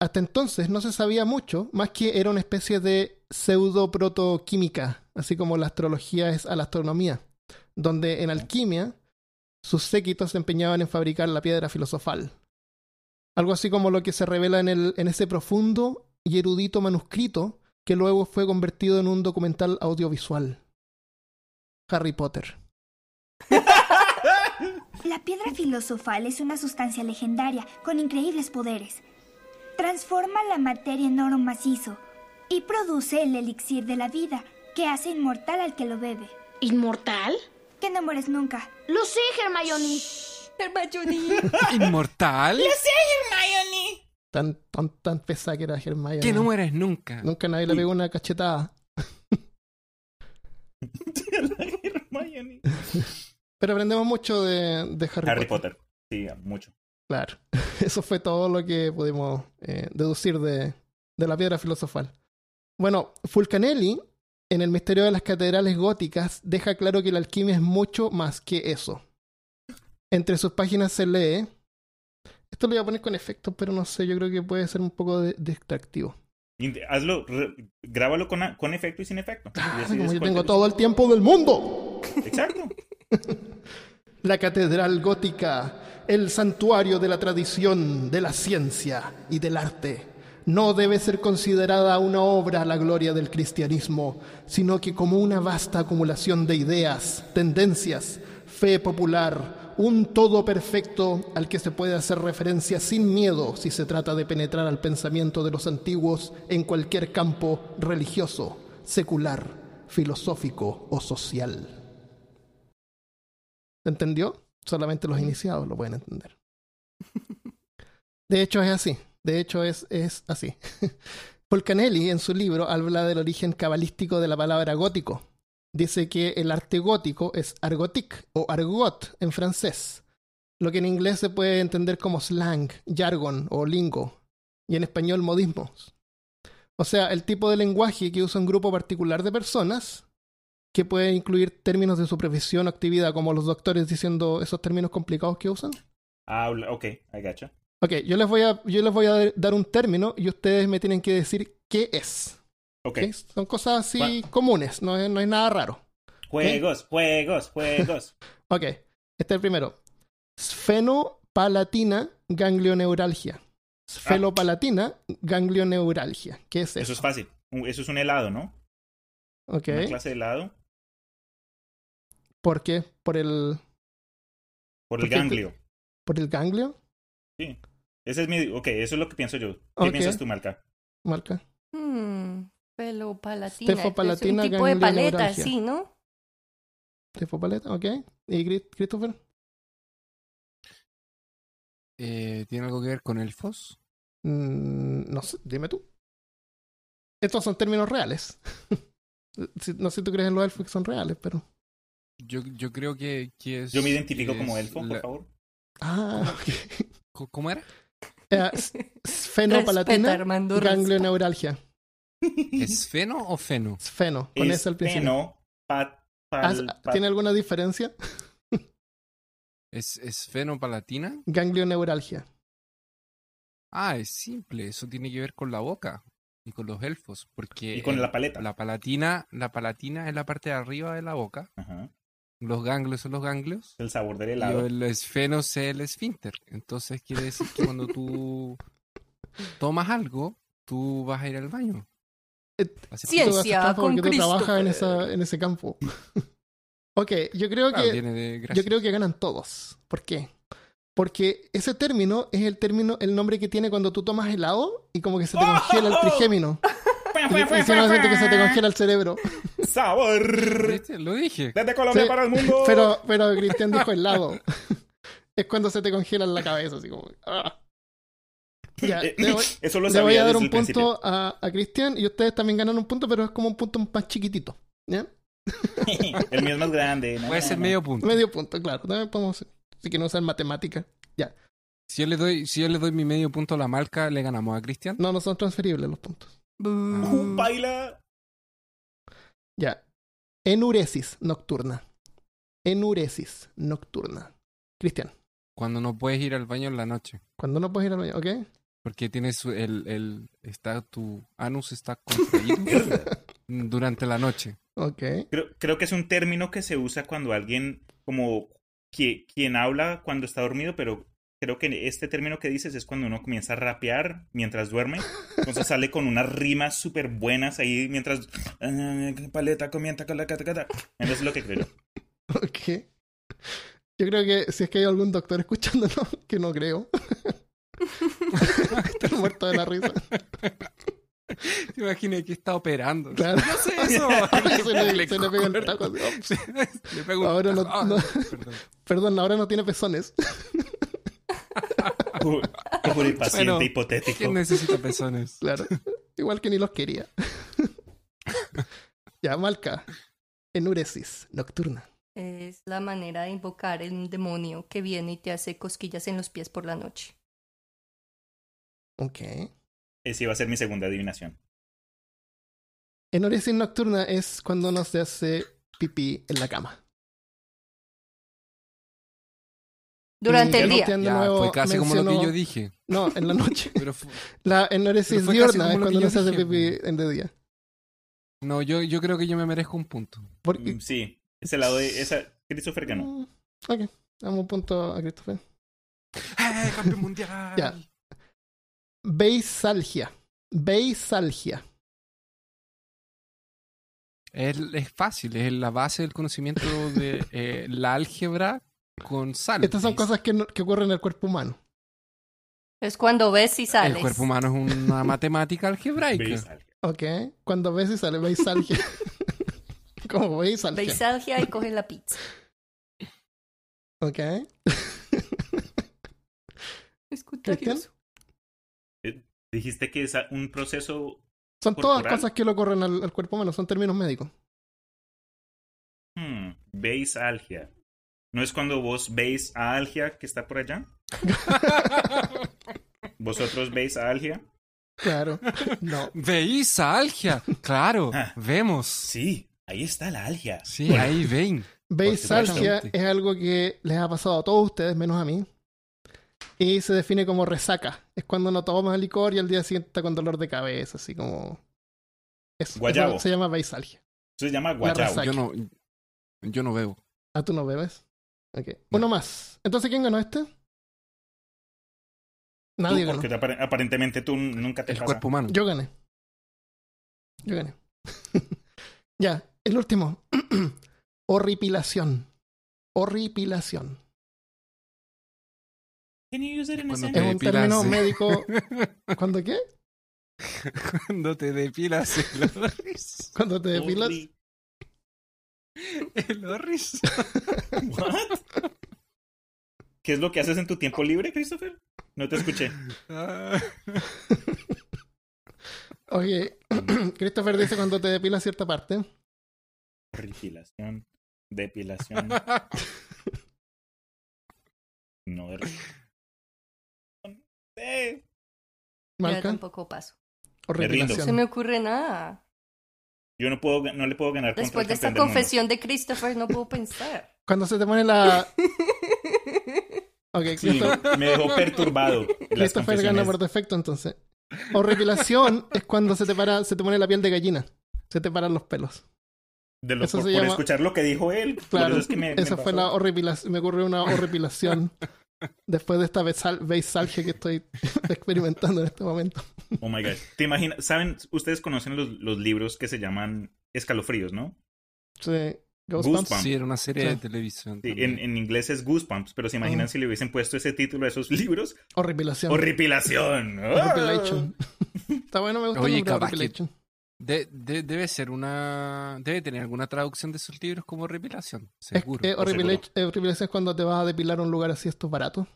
Speaker 1: Hasta entonces no se sabía mucho, más que era una especie de pseudo-protoquímica, así como la astrología es a la astronomía, donde en alquimia sus séquitos se empeñaban en fabricar la piedra filosofal. Algo así como lo que se revela en, el- en ese profundo y erudito manuscrito que luego fue convertido en un documental audiovisual. Harry Potter.
Speaker 5: La piedra filosofal es una sustancia legendaria con increíbles poderes. Transforma la materia en oro macizo y produce el elixir de la vida que hace inmortal al que lo bebe.
Speaker 6: ¿Inmortal?
Speaker 5: Que no mueres nunca.
Speaker 6: Lo sé, Hermione.
Speaker 4: Hermione.
Speaker 2: ¿Inmortal?
Speaker 1: Tan, tan, tan pesada que era Hermione.
Speaker 2: que no mueres nunca.
Speaker 1: Nunca nadie le pegó una cachetada.
Speaker 3: Hermione.
Speaker 1: Pero aprendemos mucho de, de Harry,
Speaker 3: Harry Potter. Sí, mucho.
Speaker 1: Claro. Eso fue todo lo que pudimos eh, deducir de, de la piedra filosofal. Bueno, Fulcanelli, en el misterio de las catedrales góticas, deja claro que la alquimia es mucho más que eso. Entre sus páginas se lee. Esto lo voy a poner con efectos, pero no sé, yo creo que puede ser un poco de- distractivo.
Speaker 3: Int- Hazlo, re- grábalo con, a- con efecto y sin efecto. Y así
Speaker 1: Ah, Como yo
Speaker 3: después
Speaker 1: tengo
Speaker 3: te-
Speaker 1: todo el tiempo del mundo.
Speaker 3: Exacto.
Speaker 1: La catedral gótica, el santuario de la tradición, de la ciencia y del arte, no debe ser considerada una obra a la gloria del cristianismo, sino que como una vasta acumulación de ideas, tendencias, fe popular, un todo perfecto al que se puede hacer referencia sin miedo si se trata de penetrar al pensamiento de los antiguos en cualquier campo religioso, secular, filosófico o social. ¿Se entendió? Solamente los iniciados lo pueden entender. De hecho, es así. De hecho, es, es así. Polcanelli, en su libro, habla del origen cabalístico de la palabra gótico. Dice que el arte gótico es argotique o argot en francés, lo que en inglés se puede entender como slang, jargon o lingo, y en español modismos. O sea, el tipo de lenguaje que usa un grupo particular de personas que puede incluir términos de su profesión o actividad, como los doctores diciendo esos términos complicados que usan.
Speaker 3: Ah, ok, I gotcha.
Speaker 1: Ok, yo les voy a, yo les voy a dar un término y ustedes me tienen que decir qué es.
Speaker 3: Ok.
Speaker 1: ¿ok? Son cosas así comunes, no es, no es nada raro.
Speaker 3: Juegos, juegos, juegos.
Speaker 1: Ok, este es el primero. Sfenopalatina ganglioneuralgia.
Speaker 3: Ah.
Speaker 1: Sfenopalatina ganglioneuralgia. ¿Qué es
Speaker 3: Eso
Speaker 1: eso?
Speaker 3: es fácil. Un- Eso es un helado, ¿no?
Speaker 1: Ok,
Speaker 3: Una clase de helado
Speaker 1: ¿por qué? Por el,
Speaker 3: por el
Speaker 1: Porque-
Speaker 3: ganglio.
Speaker 1: por ¿Por el ganglio?
Speaker 3: Sí. Ese es mi. Ok, eso es lo que pienso yo. ¿Qué
Speaker 1: Ok.
Speaker 3: piensas tú, Malca?
Speaker 1: Marca.
Speaker 4: Hmm, pelo palatina.
Speaker 1: Stefopalatina
Speaker 4: es un tipo de paleta,
Speaker 1: ganglioneuralgia.
Speaker 4: sí, ¿no?
Speaker 1: Tefopaleta, ok. ¿Y Chris- Christopher?
Speaker 2: Eh, ¿Tiene algo que ver con elfos?
Speaker 1: Mm, no sé, dime tú. Estos son términos reales. Si- no sé si tú crees en los elfos que son reales, pero.
Speaker 2: Yo, yo creo que, que es...
Speaker 3: Yo me identifico
Speaker 2: que
Speaker 3: como
Speaker 2: es
Speaker 3: elfo, por
Speaker 2: la-
Speaker 3: favor.
Speaker 1: Ah, ok.
Speaker 2: co- ¿Cómo era?
Speaker 1: Eh, s-
Speaker 4: Respeta,
Speaker 1: Sfenopalatina,
Speaker 4: Armando. resp-
Speaker 1: ganglioneuralgia.
Speaker 2: ¿Es feno o feno?
Speaker 1: Sfeno, con
Speaker 3: Es
Speaker 1: S al principio.
Speaker 3: feno, pa-
Speaker 1: Ah,
Speaker 3: Este pal- pa-
Speaker 1: ¿Tiene alguna diferencia?
Speaker 2: ¿Es, es fenopalatina?
Speaker 1: Ganglioneuralgia.
Speaker 2: Ah, es simple. Eso tiene que ver con la boca y con los elfos. Porque
Speaker 3: Y con
Speaker 2: el-
Speaker 3: la paleta.
Speaker 2: La palatina, la palatina es la parte de arriba de la boca.
Speaker 3: Ajá.
Speaker 2: Los ganglios son los ganglios.
Speaker 3: El sabor del
Speaker 2: Y
Speaker 3: helado.
Speaker 2: el esfeno es el esfínter. Entonces quiere decir que cuando tú tomas algo, tú vas a ir al baño.
Speaker 1: Et-
Speaker 2: Así
Speaker 1: Tú
Speaker 2: que-
Speaker 1: haces
Speaker 4: Ciencia
Speaker 1: trampa
Speaker 4: con
Speaker 1: porque tú trabajas en,
Speaker 4: Christopher.
Speaker 1: esa- en ese campo. ok, yo creo
Speaker 2: claro,
Speaker 1: que
Speaker 2: viene de gracia.
Speaker 1: Yo creo que ganan todos. ¿Por qué? Porque ese término es el término, el nombre que tiene cuando tú tomas helado y como que se te congela el trigémino. Y y se nos siente que se te congela el cerebro.
Speaker 3: Sabor.
Speaker 2: ¿Viste? Lo dije.
Speaker 3: Desde Colombia
Speaker 1: Sí.
Speaker 3: para el mundo.
Speaker 1: Pero, pero Cristian dijo helado. es cuando se te congela en la cabeza, así como. ah. Ya,
Speaker 3: Eh,
Speaker 1: le voy,
Speaker 3: Eso lo
Speaker 1: le voy
Speaker 3: sabía
Speaker 1: a dar
Speaker 3: desde
Speaker 1: un
Speaker 3: el principio.
Speaker 1: punto a, a Cristian y ustedes también ganan un punto, pero es como un punto más chiquitito. ¿ya?
Speaker 3: El mío es más grande. no,
Speaker 2: Puede
Speaker 3: no,
Speaker 2: ser
Speaker 3: no.
Speaker 2: medio punto.
Speaker 1: Medio punto, claro. También podemos. Si quieren usar matemática.
Speaker 2: Si yo le doy, si yo le doy mi medio punto a la marca, le ganamos a Cristian. Ah.
Speaker 1: No, no son transferibles los puntos.
Speaker 3: Uh,
Speaker 1: Mm.
Speaker 4: Bú.
Speaker 3: Baila.
Speaker 1: Ya. Enuresis nocturna. Enuresis nocturna. Cristian,
Speaker 2: Cuando no puedes ir al baño en la noche.
Speaker 1: cuando no puedes ir al baño, ¿ok?
Speaker 2: Porque tienes el, el está tu anus está contraído durante la noche.
Speaker 1: Ok.
Speaker 3: Creo, creo que es un término que se usa cuando alguien, como que, quien habla cuando está dormido, pero creo que este término que dices es cuando uno comienza a rapear mientras duerme. Entonces sale con unas rimas súper buenas ahí mientras. "Ah, Paleta, comienza con la cata, cata. Entonces es lo que creo. yo.
Speaker 1: Ok. Yo creo que si es que hay algún doctor escuchándonos, que no creo. Están muerto de la risa.
Speaker 2: Te imaginas que está operando.
Speaker 1: Claro.
Speaker 2: ¡No sé eso!
Speaker 1: se, le, se le pega el taco. así, oh,
Speaker 2: Le pego un
Speaker 1: Ahora no-
Speaker 2: taco. Ah,
Speaker 1: no.
Speaker 2: perdón.
Speaker 1: Perdón, ahora no tiene pezones.
Speaker 3: Pobre- Pobre paciente
Speaker 2: Bueno,
Speaker 3: hipotético.
Speaker 2: ¿Quién necesita pezones?
Speaker 1: Claro. Igual que ni los quería. ya, Malca. Enuresis nocturna.
Speaker 4: Es la manera de invocar el demonio que viene y te hace cosquillas en los pies por la noche.
Speaker 1: Ok.
Speaker 3: Esa iba a ser mi segunda adivinación.
Speaker 1: Enuresis nocturna es cuando no se hace pipí en la cama.
Speaker 4: Durante
Speaker 1: Ya
Speaker 4: el
Speaker 1: no
Speaker 4: día.
Speaker 1: te han de
Speaker 2: Ya,
Speaker 1: nuevo
Speaker 2: fue casi como lo
Speaker 1: mencionó-
Speaker 2: que yo dije.
Speaker 1: No, en la noche.
Speaker 2: Pero fu-
Speaker 1: La enoresis
Speaker 2: Pero fue casi
Speaker 1: diurna
Speaker 2: como
Speaker 1: es
Speaker 2: lo que
Speaker 1: cuando
Speaker 2: yo
Speaker 1: no se hace
Speaker 2: dije,
Speaker 1: pipí en de día.
Speaker 2: no, yo, yo creo que yo me merezco un punto.
Speaker 1: Por-
Speaker 3: Mm, Sí, ese lado de. Esa, Christopher ganó.
Speaker 1: Mm, Ok, damos un punto a Christopher.
Speaker 2: ¡Eh, campeón mundial!
Speaker 1: Ya. Beisalgia. Beisalgia.
Speaker 2: Es, es fácil, es la base del conocimiento de eh, la álgebra con
Speaker 3: Ah,
Speaker 2: sal.
Speaker 1: Estas son cosas que, no- que ocurren en el cuerpo humano.
Speaker 4: Es cuando ves y sales.
Speaker 2: El cuerpo humano es una matemática
Speaker 3: Veis
Speaker 2: algebraica.
Speaker 3: algo.
Speaker 1: Ok, cuando ves y sale beisalgia. Como beisalgia.
Speaker 4: Beisalgia y coge la pizza.
Speaker 1: Ok.
Speaker 4: Es
Speaker 1: Cristian.
Speaker 4: contagioso.
Speaker 3: Dijiste que es un proceso.
Speaker 1: Son todas
Speaker 3: Corporal.
Speaker 1: cosas que le ocurren al, al cuerpo humano, son términos médicos.
Speaker 3: Hmm, veis algia. ¿No es cuando vos veis a algia que está por allá? ¿Vosotros veis a algia?
Speaker 1: Claro. No.
Speaker 2: ¿Veis algia? Claro,
Speaker 3: Ah.
Speaker 2: vemos.
Speaker 3: Sí, ahí está la algia.
Speaker 2: Sí, ahí ven.
Speaker 1: Beisalgia
Speaker 2: Exactamente.
Speaker 1: es algo que les ha pasado a todos ustedes, menos a mí. Y se define como resaca. Es cuando no tomas licor y al día siguiente está con dolor de cabeza, así como. Eso,
Speaker 3: Guayabo.
Speaker 1: eso se llama beisalgia.
Speaker 3: Eso se llama
Speaker 1: La
Speaker 3: guayabo.
Speaker 1: resaca.
Speaker 2: Yo no, yo no veo.
Speaker 1: Ah, tú no bebes. Ok. Uno más. Entonces, ¿quién ganó este?
Speaker 3: Tú,
Speaker 1: Nadie ganó.
Speaker 3: porque te apare- aparentemente tú nunca te
Speaker 2: El
Speaker 3: pasa.
Speaker 2: cuerpo humano.
Speaker 1: Yo gané. Yo gané. ya, el último. Horripilación. Horripilación.
Speaker 3: Can you use it in a
Speaker 2: Cuando
Speaker 1: Es
Speaker 3: sentence?
Speaker 1: un
Speaker 2: depilas,
Speaker 1: término
Speaker 2: sí.
Speaker 1: médico. ¿Cuándo qué?
Speaker 2: Cuando te depilas el orris.
Speaker 1: Cuando te depilas.
Speaker 3: Holy-
Speaker 2: El orris.
Speaker 3: What? ¿Qué es lo que haces en tu tiempo libre, Christopher? No te escuché.
Speaker 2: Ah,
Speaker 1: Oye, Christopher dice cuando te depilas cierta parte.
Speaker 3: Depilación. Depilación. No. de- Eh,
Speaker 4: Ya
Speaker 1: Marca. Ah.
Speaker 4: tampoco paso.
Speaker 1: O
Speaker 3: Me rindo.
Speaker 4: No se me
Speaker 1: repilación.
Speaker 4: ocurre nada.
Speaker 3: Yo no puedo, no le puedo ganar. contra
Speaker 4: Después
Speaker 3: el
Speaker 4: de esta
Speaker 3: campeón del mundo.
Speaker 4: confesión de Christopher no puedo pensar.
Speaker 1: Cuando se te pone la. Ok,
Speaker 3: Sí,
Speaker 1: Christopher,
Speaker 3: me dejó perturbado. Las
Speaker 1: Christopher gana
Speaker 3: confesiones.
Speaker 1: por defecto entonces. O repilación es cuando se te para, se te pone la piel de gallina. Se te paran los pelos.
Speaker 3: De lo-
Speaker 1: Eso
Speaker 3: por,
Speaker 1: se
Speaker 3: por
Speaker 1: llama-
Speaker 3: escuchar lo que dijo él. por
Speaker 1: Claro,
Speaker 3: eso es que me- me
Speaker 1: esa fue
Speaker 3: pasó.
Speaker 1: la horripilación. Me ocurrió una horripilación después de esta besal- beisalgia que estoy experimentando en este momento.
Speaker 3: Oh my god. ¿Te imaginas? ¿Saben? Ustedes conocen los, los libros que se llaman Escalofríos, ¿no?
Speaker 1: Sí, Ghostbumps.
Speaker 3: Goosebumps.
Speaker 2: sí, era una serie de
Speaker 1: Sí.
Speaker 2: televisión.
Speaker 3: Sí,
Speaker 2: también.
Speaker 3: en, en inglés es Goosebumps, pero se imaginan si le hubiesen puesto ese título a esos libros.
Speaker 1: Horripilación.
Speaker 3: Horripilación. ¡Ah!
Speaker 1: Horripilation. Está bueno, me gusta
Speaker 2: Oye,
Speaker 1: el nombre
Speaker 2: capaz que-
Speaker 1: Horripilation.
Speaker 2: De- de- debe ser una. Debe tener alguna traducción de esos libros como repilación,
Speaker 1: Es,
Speaker 2: seguro.
Speaker 1: eh,
Speaker 3: por
Speaker 1: horripila- eh, horripilación es cuando te vas a depilar a un lugar así, esto es barato.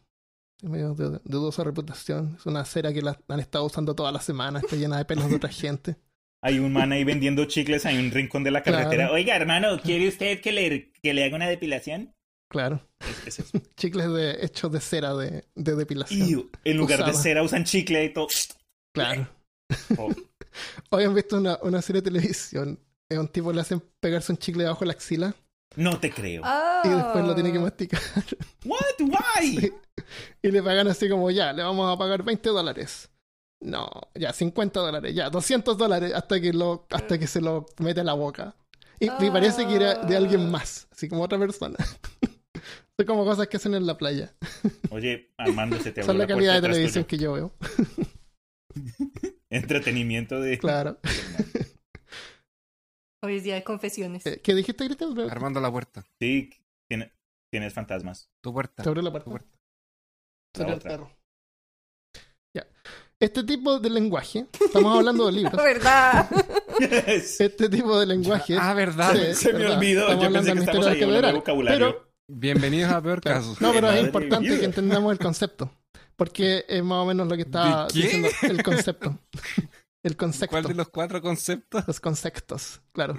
Speaker 1: Es medio de, de dudosa reputación. Es una cera que la han estado usando toda la semana, está llena de pelos de otra gente.
Speaker 3: Hay un man ahí vendiendo chicles en un rincón de la carretera.
Speaker 1: Claro.
Speaker 3: Oiga, hermano, ¿quiere usted que le, que le haga una depilación?
Speaker 1: Claro.
Speaker 3: Es- es eso.
Speaker 1: Chicles de, hechos de cera de, de depilación.
Speaker 3: Y en lugar de
Speaker 1: Usaba.
Speaker 3: cera usan chicle y todo.
Speaker 1: Claro.
Speaker 3: Oh,
Speaker 1: Hoy han visto una, una serie de televisión. Es un tipo le hacen pegarse un chicle debajo de la axila
Speaker 3: no te creo.
Speaker 4: Ah.
Speaker 1: y después lo tiene que masticar.
Speaker 3: What? Why?
Speaker 1: Sí. Y le pagan así como, ya, le vamos a pagar 20 dólares. No, ya, 50 dólares, ya, 200 dólares hasta que, lo, hasta que se lo mete a la boca. Y, y parece que era de alguien más, así como otra persona. Son como cosas que hacen en la playa.
Speaker 3: Oye, Armando, se te abrió
Speaker 1: Son la
Speaker 3: la
Speaker 1: calidad
Speaker 3: puerta
Speaker 1: de
Speaker 3: atrás
Speaker 1: televisión
Speaker 3: tuyo.
Speaker 1: que yo veo,
Speaker 3: Entretenimiento de...
Speaker 1: claro.
Speaker 4: Hoy es día de confesiones.
Speaker 1: Eh, ¿Qué dijiste, Cristian? Te
Speaker 2: Armando la puerta.
Speaker 3: Sí, tiene- tienes fantasmas.
Speaker 2: Tu puerta.
Speaker 1: abrió la puerta. Se
Speaker 3: La
Speaker 1: abrió el
Speaker 3: otra.
Speaker 1: perro. Ya. Este tipo de lenguaje, estamos hablando de
Speaker 4: La
Speaker 1: libros.
Speaker 4: verdad.
Speaker 1: Este tipo de lenguaje.
Speaker 2: Ah, verdad.
Speaker 1: Sí.
Speaker 3: Se me
Speaker 1: ¿verdad?
Speaker 3: olvidó.
Speaker 1: Estamos
Speaker 3: Yo pensé
Speaker 1: hablando
Speaker 3: que
Speaker 1: de
Speaker 3: estamos ahí
Speaker 1: misterio
Speaker 3: hablando de
Speaker 1: del
Speaker 3: vocabulario.
Speaker 1: pero-
Speaker 2: Bienvenidos a Peor
Speaker 1: Claro.
Speaker 2: Casos.
Speaker 1: No, pero es
Speaker 3: Madre
Speaker 1: importante
Speaker 3: mía.
Speaker 1: que entendamos el concepto. Porque es más o menos lo que está
Speaker 2: ¿De qué?
Speaker 1: diciendo el concepto. El concepto.
Speaker 2: ¿Cuál de los cuatro conceptos?
Speaker 1: Los conceptos, claro.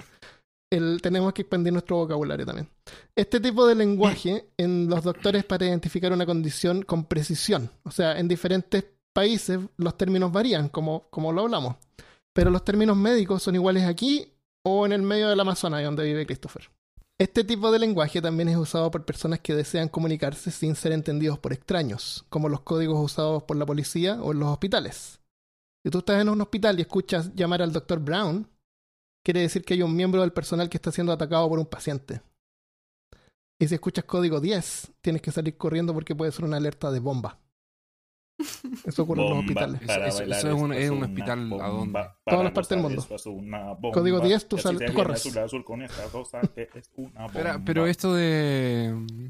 Speaker 1: El, tenemos que expandir nuestro vocabulario también. Este tipo de lenguaje en los doctores para identificar una condición con precisión. O sea, en diferentes países los términos varían, como, como lo hablamos. Pero los términos médicos son iguales aquí o en el medio del Amazonas, donde vive Christopher. Este tipo de lenguaje también es usado por personas que desean comunicarse sin ser entendidos por extraños, como los códigos usados por la policía o en los hospitales. Si tú estás en un hospital y escuchas llamar al doctor Brown, quiere decir que hay un miembro del personal que está siendo atacado por un paciente. Y si escuchas código 10, tienes que salir corriendo porque puede ser una alerta de bomba. Eso ocurre en los
Speaker 3: Bomba
Speaker 1: hospitales.
Speaker 3: para
Speaker 2: Eso- eso-
Speaker 3: bailar,
Speaker 2: eso es un- es
Speaker 3: esto
Speaker 2: un
Speaker 3: una
Speaker 2: hospital,
Speaker 3: bomba
Speaker 2: ¿a dónde?
Speaker 3: para
Speaker 1: Todas las partes del
Speaker 3: gozar,
Speaker 1: mundo.
Speaker 3: esto es una bomba.
Speaker 1: Código 10, tú
Speaker 3: Y así
Speaker 1: sal- tú
Speaker 3: te viene
Speaker 1: corres.
Speaker 3: azul, azul con esta cosa, que es una
Speaker 2: Espera,
Speaker 3: bomba.
Speaker 2: pero esto de. mm,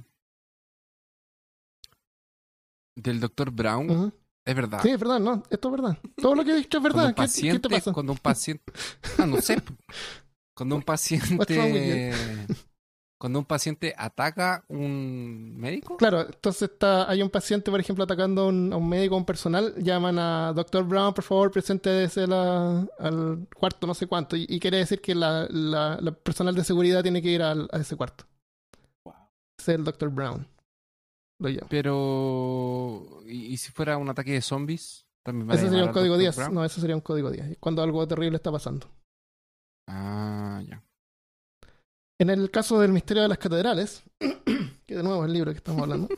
Speaker 2: Del doctor Brown,
Speaker 1: Ujú.
Speaker 2: es verdad.
Speaker 1: Sí, es verdad, no, esto es verdad. Todo lo que he dicho es
Speaker 2: Ah. Cuando
Speaker 1: verdad.
Speaker 2: un
Speaker 1: ¿Qué- ¿Qué,
Speaker 2: paciente,
Speaker 1: te pasa?
Speaker 2: cuando un paciente, ah, no sé, po. cuando
Speaker 1: wrong
Speaker 2: un
Speaker 1: with
Speaker 2: paciente, cuando un paciente ataca un médico,
Speaker 1: Claro, entonces está, hay un paciente, por ejemplo, atacando a un, a un médico, a un personal, llaman a Doctor Brown, por favor, preséntese la- al cuarto, no sé cuánto, y, y quiere decir que la, la- la personal de seguridad tiene que ir al- a ese cuarto.
Speaker 3: Wow.
Speaker 1: Ese Es el Doctor Brown. Lo llama.
Speaker 2: pero ¿y, y si fuera un ataque de zombies? También van a
Speaker 1: Ese sería un
Speaker 2: llamar al
Speaker 1: código
Speaker 2: Dr.
Speaker 1: 10.
Speaker 2: Brown?
Speaker 1: No, ese sería un código 10. Cuando algo terrible está pasando.
Speaker 2: Ah, ya.
Speaker 1: En el caso del misterio de las catedrales, que de nuevo es el libro que estamos hablando,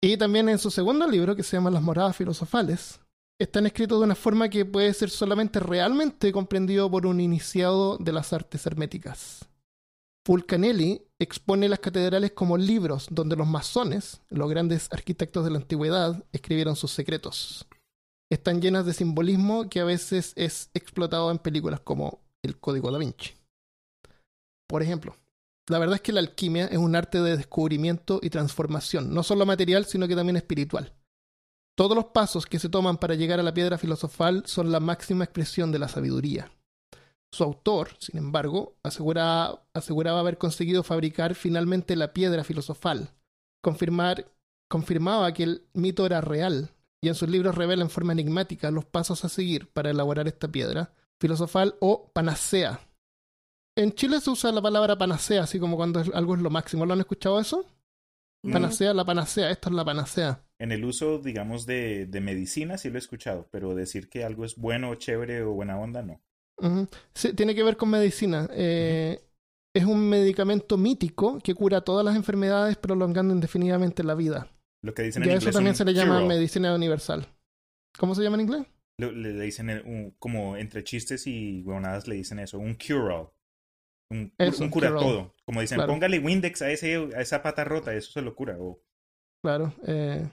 Speaker 1: Y también en su segundo libro, que se llama Las moradas filosofales, están escritos de una forma que puede ser solamente realmente comprendido por un iniciado de las artes herméticas. Fulcanelli expone las catedrales como libros donde los masones, los grandes arquitectos de la antigüedad, escribieron sus secretos. Están llenas de simbolismo que a veces es explotado en películas como El Código da Vinci. Por ejemplo, La verdad es que la alquimia es un arte de descubrimiento y transformación, no solo material, sino que también espiritual. Todos los pasos que se toman para llegar a la piedra filosofal son la máxima expresión de la sabiduría. Su autor, sin embargo, asegura- aseguraba haber conseguido fabricar finalmente la piedra filosofal. Confirmar, confirmaba que el mito era real, y en sus libros revela en forma enigmática los pasos a seguir para elaborar esta piedra filosofal o panacea. En Chile se usa la palabra panacea, así como cuando es- algo es lo máximo. ¿Lo han escuchado eso?
Speaker 4: No.
Speaker 3: Mm.
Speaker 1: Panacea, la panacea, esta es la panacea.
Speaker 3: En el uso, digamos, de, de medicina sí lo he escuchado, pero decir que algo es bueno, chévere o buena onda, no.
Speaker 1: Ujú. Sí, tiene que ver con medicina. Eh, Es un medicamento mítico que cura todas las enfermedades, prolongando indefinidamente la vida.
Speaker 3: Lo que dicen
Speaker 1: Y
Speaker 3: en
Speaker 1: a
Speaker 3: inglés
Speaker 1: eso también
Speaker 3: un
Speaker 1: se le llama
Speaker 3: hero.
Speaker 1: medicina universal. ¿Cómo se llama en inglés?
Speaker 3: Lo- le, le dicen el- un- como entre chistes y huevonadas le dicen eso, un cure-all. Un, cur-
Speaker 1: Eso,
Speaker 3: un cura
Speaker 1: cure-all.
Speaker 3: todo. Como dicen,
Speaker 1: Claro.
Speaker 3: póngale Windex a, ese, a esa pata rota, eso se lo cura. O,
Speaker 1: Claro. Eh,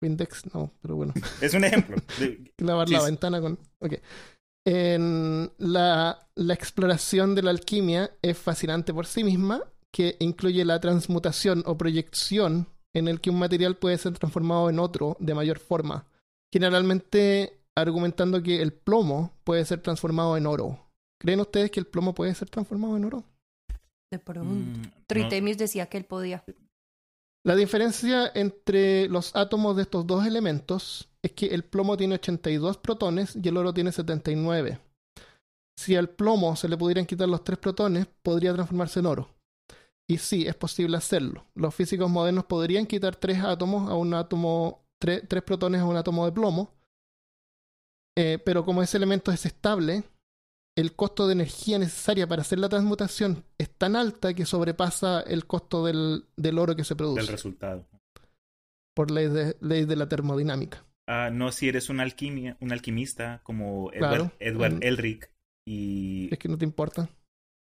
Speaker 1: Windex, no, pero bueno.
Speaker 3: es un ejemplo. de-
Speaker 1: Clavar la
Speaker 3: Sí.
Speaker 1: ventana con. Ok. En la, la exploración de la alquimia es fascinante por sí misma, que incluye la transmutación o proyección en el que un material puede ser transformado en otro de mayor forma. Generalmente argumentando que el plomo puede ser transformado en oro. ¿Creen ustedes que el plomo puede ser transformado en oro?
Speaker 4: De pronto.
Speaker 3: Mm, no.
Speaker 4: Tritemis decía que él podía.
Speaker 1: La diferencia entre los átomos de estos dos elementos es que el plomo tiene 82 protones y el oro tiene 79. Si al plomo se le pudieran quitar los tres protones, podría transformarse en oro. Y sí, es posible hacerlo. Los físicos modernos podrían quitar tres átomos a un átomo, tre- tres protones a un átomo de plomo. Eh, pero como ese elemento es estable, el costo de energía necesaria para hacer la transmutación es tan alta que sobrepasa el costo del, del oro que se
Speaker 3: Del
Speaker 1: produce
Speaker 3: resultado.
Speaker 1: por ley de, ley de la termodinámica.
Speaker 3: Ah, no, si eres un, alquimia, un alquimista como Edward,
Speaker 1: Claro.
Speaker 3: Edward
Speaker 1: Mm.
Speaker 3: Elric y
Speaker 1: Es que no te importa.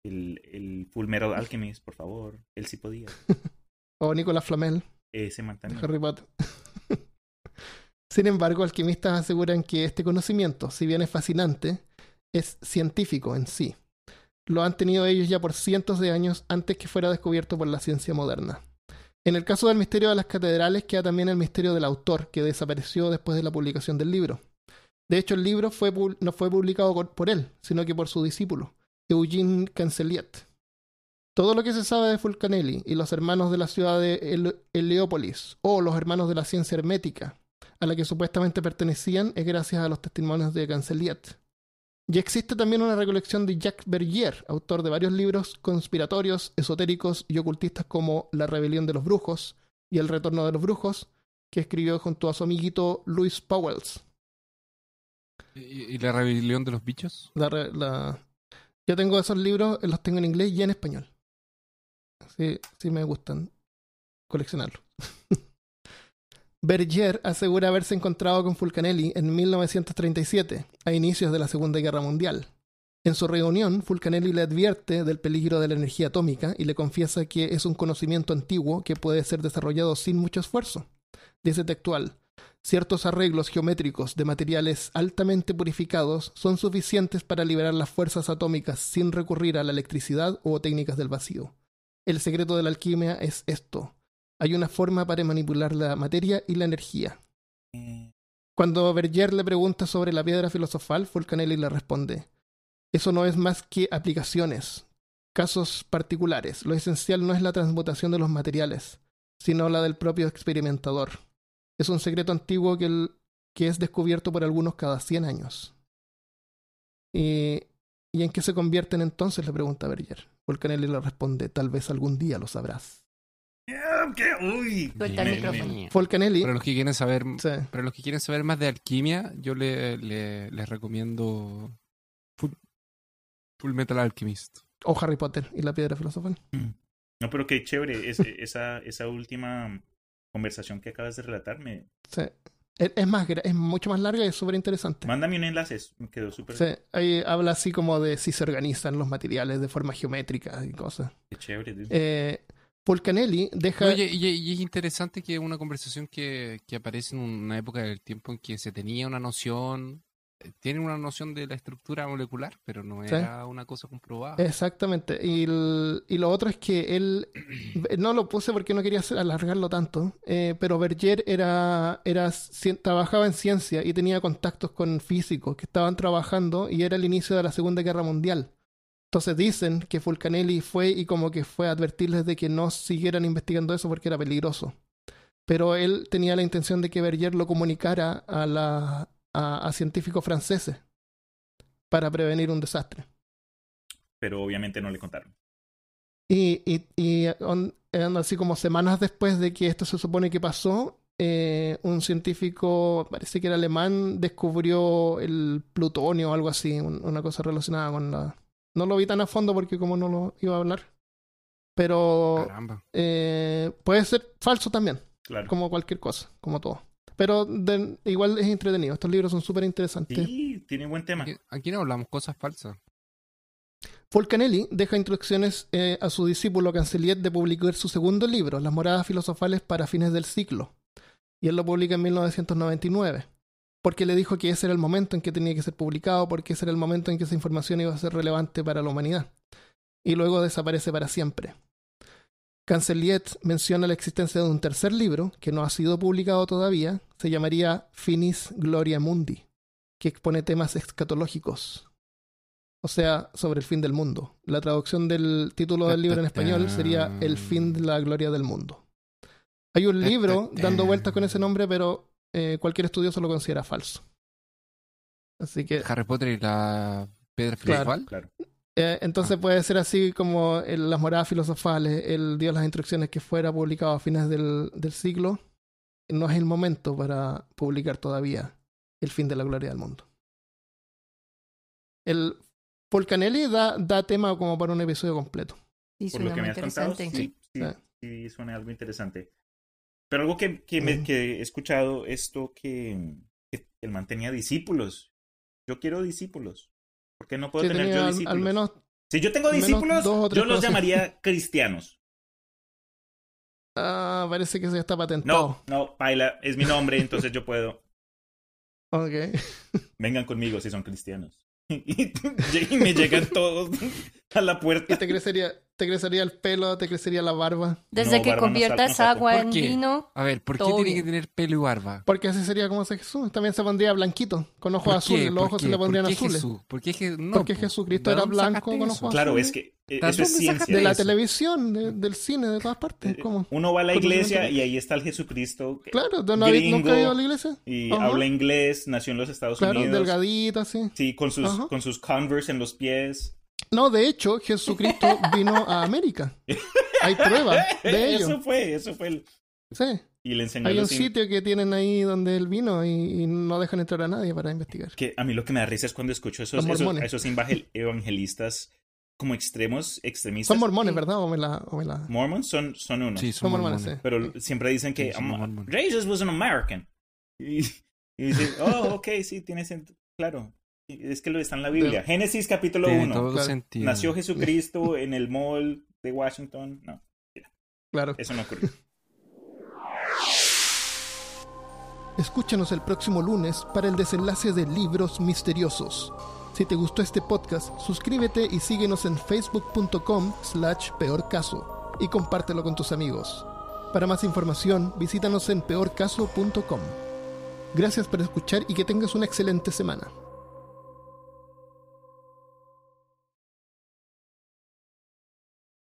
Speaker 3: el, el Full Metal Alchemist, por favor. Él sí podía.
Speaker 1: O Nicolás Flamel
Speaker 3: Ese man
Speaker 1: de
Speaker 3: también.
Speaker 1: Harry Potter. Sin embargo, alquimistas aseguran que este conocimiento, si bien es fascinante, es científico en sí. Lo han tenido ellos ya por cientos de años antes que fuera descubierto por la ciencia moderna. En el caso del misterio de las catedrales queda también el misterio del autor, que desapareció después de la publicación del libro. De hecho, el libro fue pub- no fue publicado por- por él, sino que por su discípulo, Eugene Canceliet. Todo lo que se sabe de Fulcanelli y los hermanos de la ciudad de El- Heliópolis, o los hermanos de la ciencia hermética, a la que supuestamente pertenecían, es gracias a los testimonios de Canceliet. Y existe también una recolección de Jacques Bergier, autor de varios libros conspiratorios, esotéricos y ocultistas como La rebelión de los brujos y El retorno de los brujos, que escribió junto a su amiguito Louis Powells.
Speaker 2: ¿Y, y la rebelión de los bichos?
Speaker 1: La, re- la- Yo tengo esos libros, eh, los tengo en inglés y en español. Sí, sí me gustan coleccionarlos. Berger asegura haberse encontrado con Fulcanelli en 1937, a inicios de la Segunda Guerra Mundial. En su reunión, Fulcanelli le advierte del peligro de la energía atómica y le confiesa que es un conocimiento antiguo que puede ser desarrollado sin mucho esfuerzo. Dice textual, Ciertos arreglos geométricos de materiales altamente purificados son suficientes para liberar las fuerzas atómicas sin recurrir a la electricidad o técnicas del vacío. El secreto de la alquimia es esto. Hay una forma para manipular la materia y la energía.
Speaker 3: Eh,
Speaker 1: Cuando Berger le pregunta sobre la piedra filosofal, Fulcanelli le responde, eso no es más que aplicaciones, casos particulares. Lo esencial no es la transmutación de los materiales, sino la del propio experimentador. Es un secreto antiguo que, el- que es descubierto por algunos cada 100 años. Y, ¿Y en qué se convierten entonces? le pregunta Berger. Fulcanelli le responde, tal vez algún día lo sabrás.
Speaker 3: eh, ¿qué? Uy.
Speaker 4: Suelta el
Speaker 3: Me-
Speaker 4: micrófono.
Speaker 3: me-
Speaker 1: Fulcanelli...
Speaker 2: Para los que quieren saber,
Speaker 1: Sí.
Speaker 2: para los que quieren saber más de alquimia, yo le- le- les recomiendo Full, Full Metal Alchemist.
Speaker 1: O Harry Potter y la piedra filosofal.
Speaker 3: No, pero qué chévere. es- e, esa, esa última conversación que acabas de relatar me,
Speaker 1: Sí. Es, es más, gra- es mucho más larga y es súper interesante.
Speaker 3: Mándame un enlace, es- me quedó súper
Speaker 1: Sí, ahí habla así como de si se organizan los materiales de forma geométrica y cosas.
Speaker 3: qué chévere. dude.
Speaker 1: Eh, Fulcanelli deja...
Speaker 2: Oye, y, y es interesante que es una conversación que, que aparece en una época del tiempo en que se tenía una noción eh, tienen una noción de la estructura molecular, pero no
Speaker 1: Sí. Eh,
Speaker 2: era una cosa comprobada.
Speaker 1: Exactamente. Y, el- y lo otro es que él, no lo puse porque no quería hacer- alargarlo tanto, eh, pero Berger era, era, cien- trabajaba en ciencia y tenía contactos con físicos que estaban trabajando y era el inicio de la Segunda Guerra Mundial. Entonces dicen que Fulcanelli fue y como que fue a advertirles de que no siguieran investigando eso porque era peligroso. Pero él tenía la intención de que Berger lo comunicara a, la, a- a científicos franceses para prevenir un desastre.
Speaker 3: pero obviamente no le contaron.
Speaker 1: Y, y, y on- eran así como semanas después de que esto se supone que pasó, eh, un científico, parece que era alemán, descubrió el plutonio o algo así, un- una cosa relacionada con la... No lo vi tan a fondo porque como no lo iba a hablar, pero
Speaker 2: Caramba.
Speaker 1: eh, puede ser falso también,
Speaker 3: Claro.
Speaker 1: como cualquier cosa, como todo. Pero de- igual es entretenido, estos libros son súper interesantes.
Speaker 3: Sí, tiene buen tema.
Speaker 2: Aquí, aquí no hablamos cosas falsas.
Speaker 1: Volcanelli deja instrucciones eh, a su discípulo Canceliet de publicar su segundo libro, Las moradas filosofales para fines del siglo, y él lo publica en 1999, porque le dijo que ese era el momento en que tenía que ser publicado, porque ese era el momento en que esa información iba a ser relevante para la humanidad, y luego desaparece para siempre. Canceliet menciona la existencia de un tercer libro, que no ha sido publicado todavía, se llamaría Finis Gloria Mundi, que expone temas escatológicos, o sea, sobre el fin del mundo. La traducción del título del libro en español sería El fin de la gloria del mundo. Hay un libro dando vueltas con ese nombre, pero eh, cualquier estudioso lo considera falso. Así que,
Speaker 2: Harry Potter y la piedra filosofal.
Speaker 3: Claro.
Speaker 1: eh, entonces puede ser así como el- las moradas filosofales, él dio las instrucciones que fuera publicado a fines del, del siglo. No es el momento para publicar todavía El fin de la gloria del mundo. El Volcanelli da, da tema como para un episodio completo.
Speaker 4: Y
Speaker 3: Por
Speaker 4: suena
Speaker 3: lo que
Speaker 4: muy
Speaker 3: me has contado,
Speaker 4: interesante.
Speaker 3: sí, sí,
Speaker 1: Ah.
Speaker 3: sí, suena algo interesante. Pero algo que, que me-
Speaker 1: Mm.
Speaker 3: que he escuchado, esto que, que el man tenía discípulos. Yo quiero discípulos. ¿Por qué no puedo
Speaker 1: Sí,
Speaker 3: tener
Speaker 1: tenía
Speaker 3: yo
Speaker 1: al-
Speaker 3: discípulos?
Speaker 1: al menos
Speaker 3: si yo tengo
Speaker 1: al menos
Speaker 3: discípulos,
Speaker 1: dos o tres
Speaker 3: yo los
Speaker 1: cosas.
Speaker 3: llamaría cristianos.
Speaker 1: Ah, parece que se está patentado.
Speaker 3: No, no, Paila, es mi nombre, entonces yo puedo.
Speaker 1: Ok.
Speaker 3: Vengan conmigo si son cristianos. Y me llegan todos a la
Speaker 1: Y
Speaker 3: puerta.
Speaker 1: te crecería, te crecería el pelo, te crecería la barba.
Speaker 4: Desde
Speaker 3: No,
Speaker 4: que
Speaker 3: Bárbara, no
Speaker 4: conviertas
Speaker 3: sal- no salte.
Speaker 4: agua
Speaker 2: ¿Por
Speaker 4: en
Speaker 2: qué?
Speaker 4: vino,
Speaker 2: A ver, ¿por qué
Speaker 4: Todo
Speaker 2: tiene
Speaker 4: bien.
Speaker 2: que tener pelo y barba?
Speaker 1: Porque así sería como hace Jesús. También se pondría blanquito, con ojos
Speaker 2: ¿Por qué?
Speaker 1: azules. Los
Speaker 2: ¿Por
Speaker 1: ojos
Speaker 2: qué?
Speaker 1: se le pondrían
Speaker 2: ¿Por qué
Speaker 1: azules.
Speaker 2: Jesús? ¿Por qué Je- no,
Speaker 1: Porque
Speaker 2: po.
Speaker 1: Jesucristo
Speaker 2: ¿De
Speaker 1: era
Speaker 2: dónde
Speaker 1: blanco
Speaker 2: sacaste
Speaker 1: con
Speaker 2: eso?
Speaker 1: ojos
Speaker 3: Claro, es que eh,
Speaker 2: ¿De
Speaker 3: eso es
Speaker 2: dónde sacaste
Speaker 3: ciencia.
Speaker 1: De la
Speaker 2: Eso. Eh,
Speaker 1: televisión, de- del cine, de todas partes. ¿Cómo?
Speaker 3: Uno va a la
Speaker 1: Porque
Speaker 3: iglesia
Speaker 1: no-
Speaker 3: y ahí está el Jesucristo que-
Speaker 1: Claro, de una vez nunca
Speaker 3: Gringo.
Speaker 1: he ido a la iglesia.
Speaker 3: y
Speaker 1: Ajá.
Speaker 3: habla inglés, nació en los Estados
Speaker 1: Claro,
Speaker 3: Unidos.
Speaker 1: delgadito, así.
Speaker 3: Sí, con sus,
Speaker 1: Ajá.
Speaker 3: con sus Converse en los pies.
Speaker 1: No, de hecho, Jesucristo vino a América. Hay pruebas de
Speaker 3: Eso
Speaker 1: ello.
Speaker 3: fue, eso fue. el-
Speaker 1: Sí.
Speaker 3: Y le enseñó
Speaker 1: Hay un
Speaker 3: los in-
Speaker 1: sitio que tienen ahí donde él vino y, y no dejan entrar a nadie para investigar.
Speaker 3: Que a mí lo que me da risa es cuando escucho esos,
Speaker 1: Los
Speaker 3: esos,
Speaker 1: mormones.
Speaker 3: a esos invagel- evangelistas como extremos, extremistas.
Speaker 1: Son mormones,
Speaker 4: Sí.
Speaker 1: ¿verdad? O me la, o me la-
Speaker 3: Mormons son, son uno.
Speaker 2: Sí,
Speaker 1: Son
Speaker 2: son
Speaker 1: mormones,
Speaker 2: mormones.
Speaker 1: sí.
Speaker 3: Pero siempre dicen que
Speaker 2: Sí, son
Speaker 3: "Am-
Speaker 2: mormones.
Speaker 3: Jesus was an American. Y, y dice, oh, ok, sí, tiene sentido. Claro, Y es que lo está en la Biblia. Génesis capítulo
Speaker 2: Tiene
Speaker 3: 1.
Speaker 2: todo
Speaker 1: claro.
Speaker 2: sentido.
Speaker 3: Nació Jesucristo en el mall de Washington. No,
Speaker 1: Claro.
Speaker 3: eso no ocurrió.
Speaker 1: Escúchanos el próximo lunes para el desenlace de Libros Misteriosos. Si te gustó este podcast, suscríbete y síguenos en facebook.com slash peorcaso y compártelo con tus amigos. Para más información, visítanos en peorcaso.com. Gracias por escuchar y que tengas una excelente semana.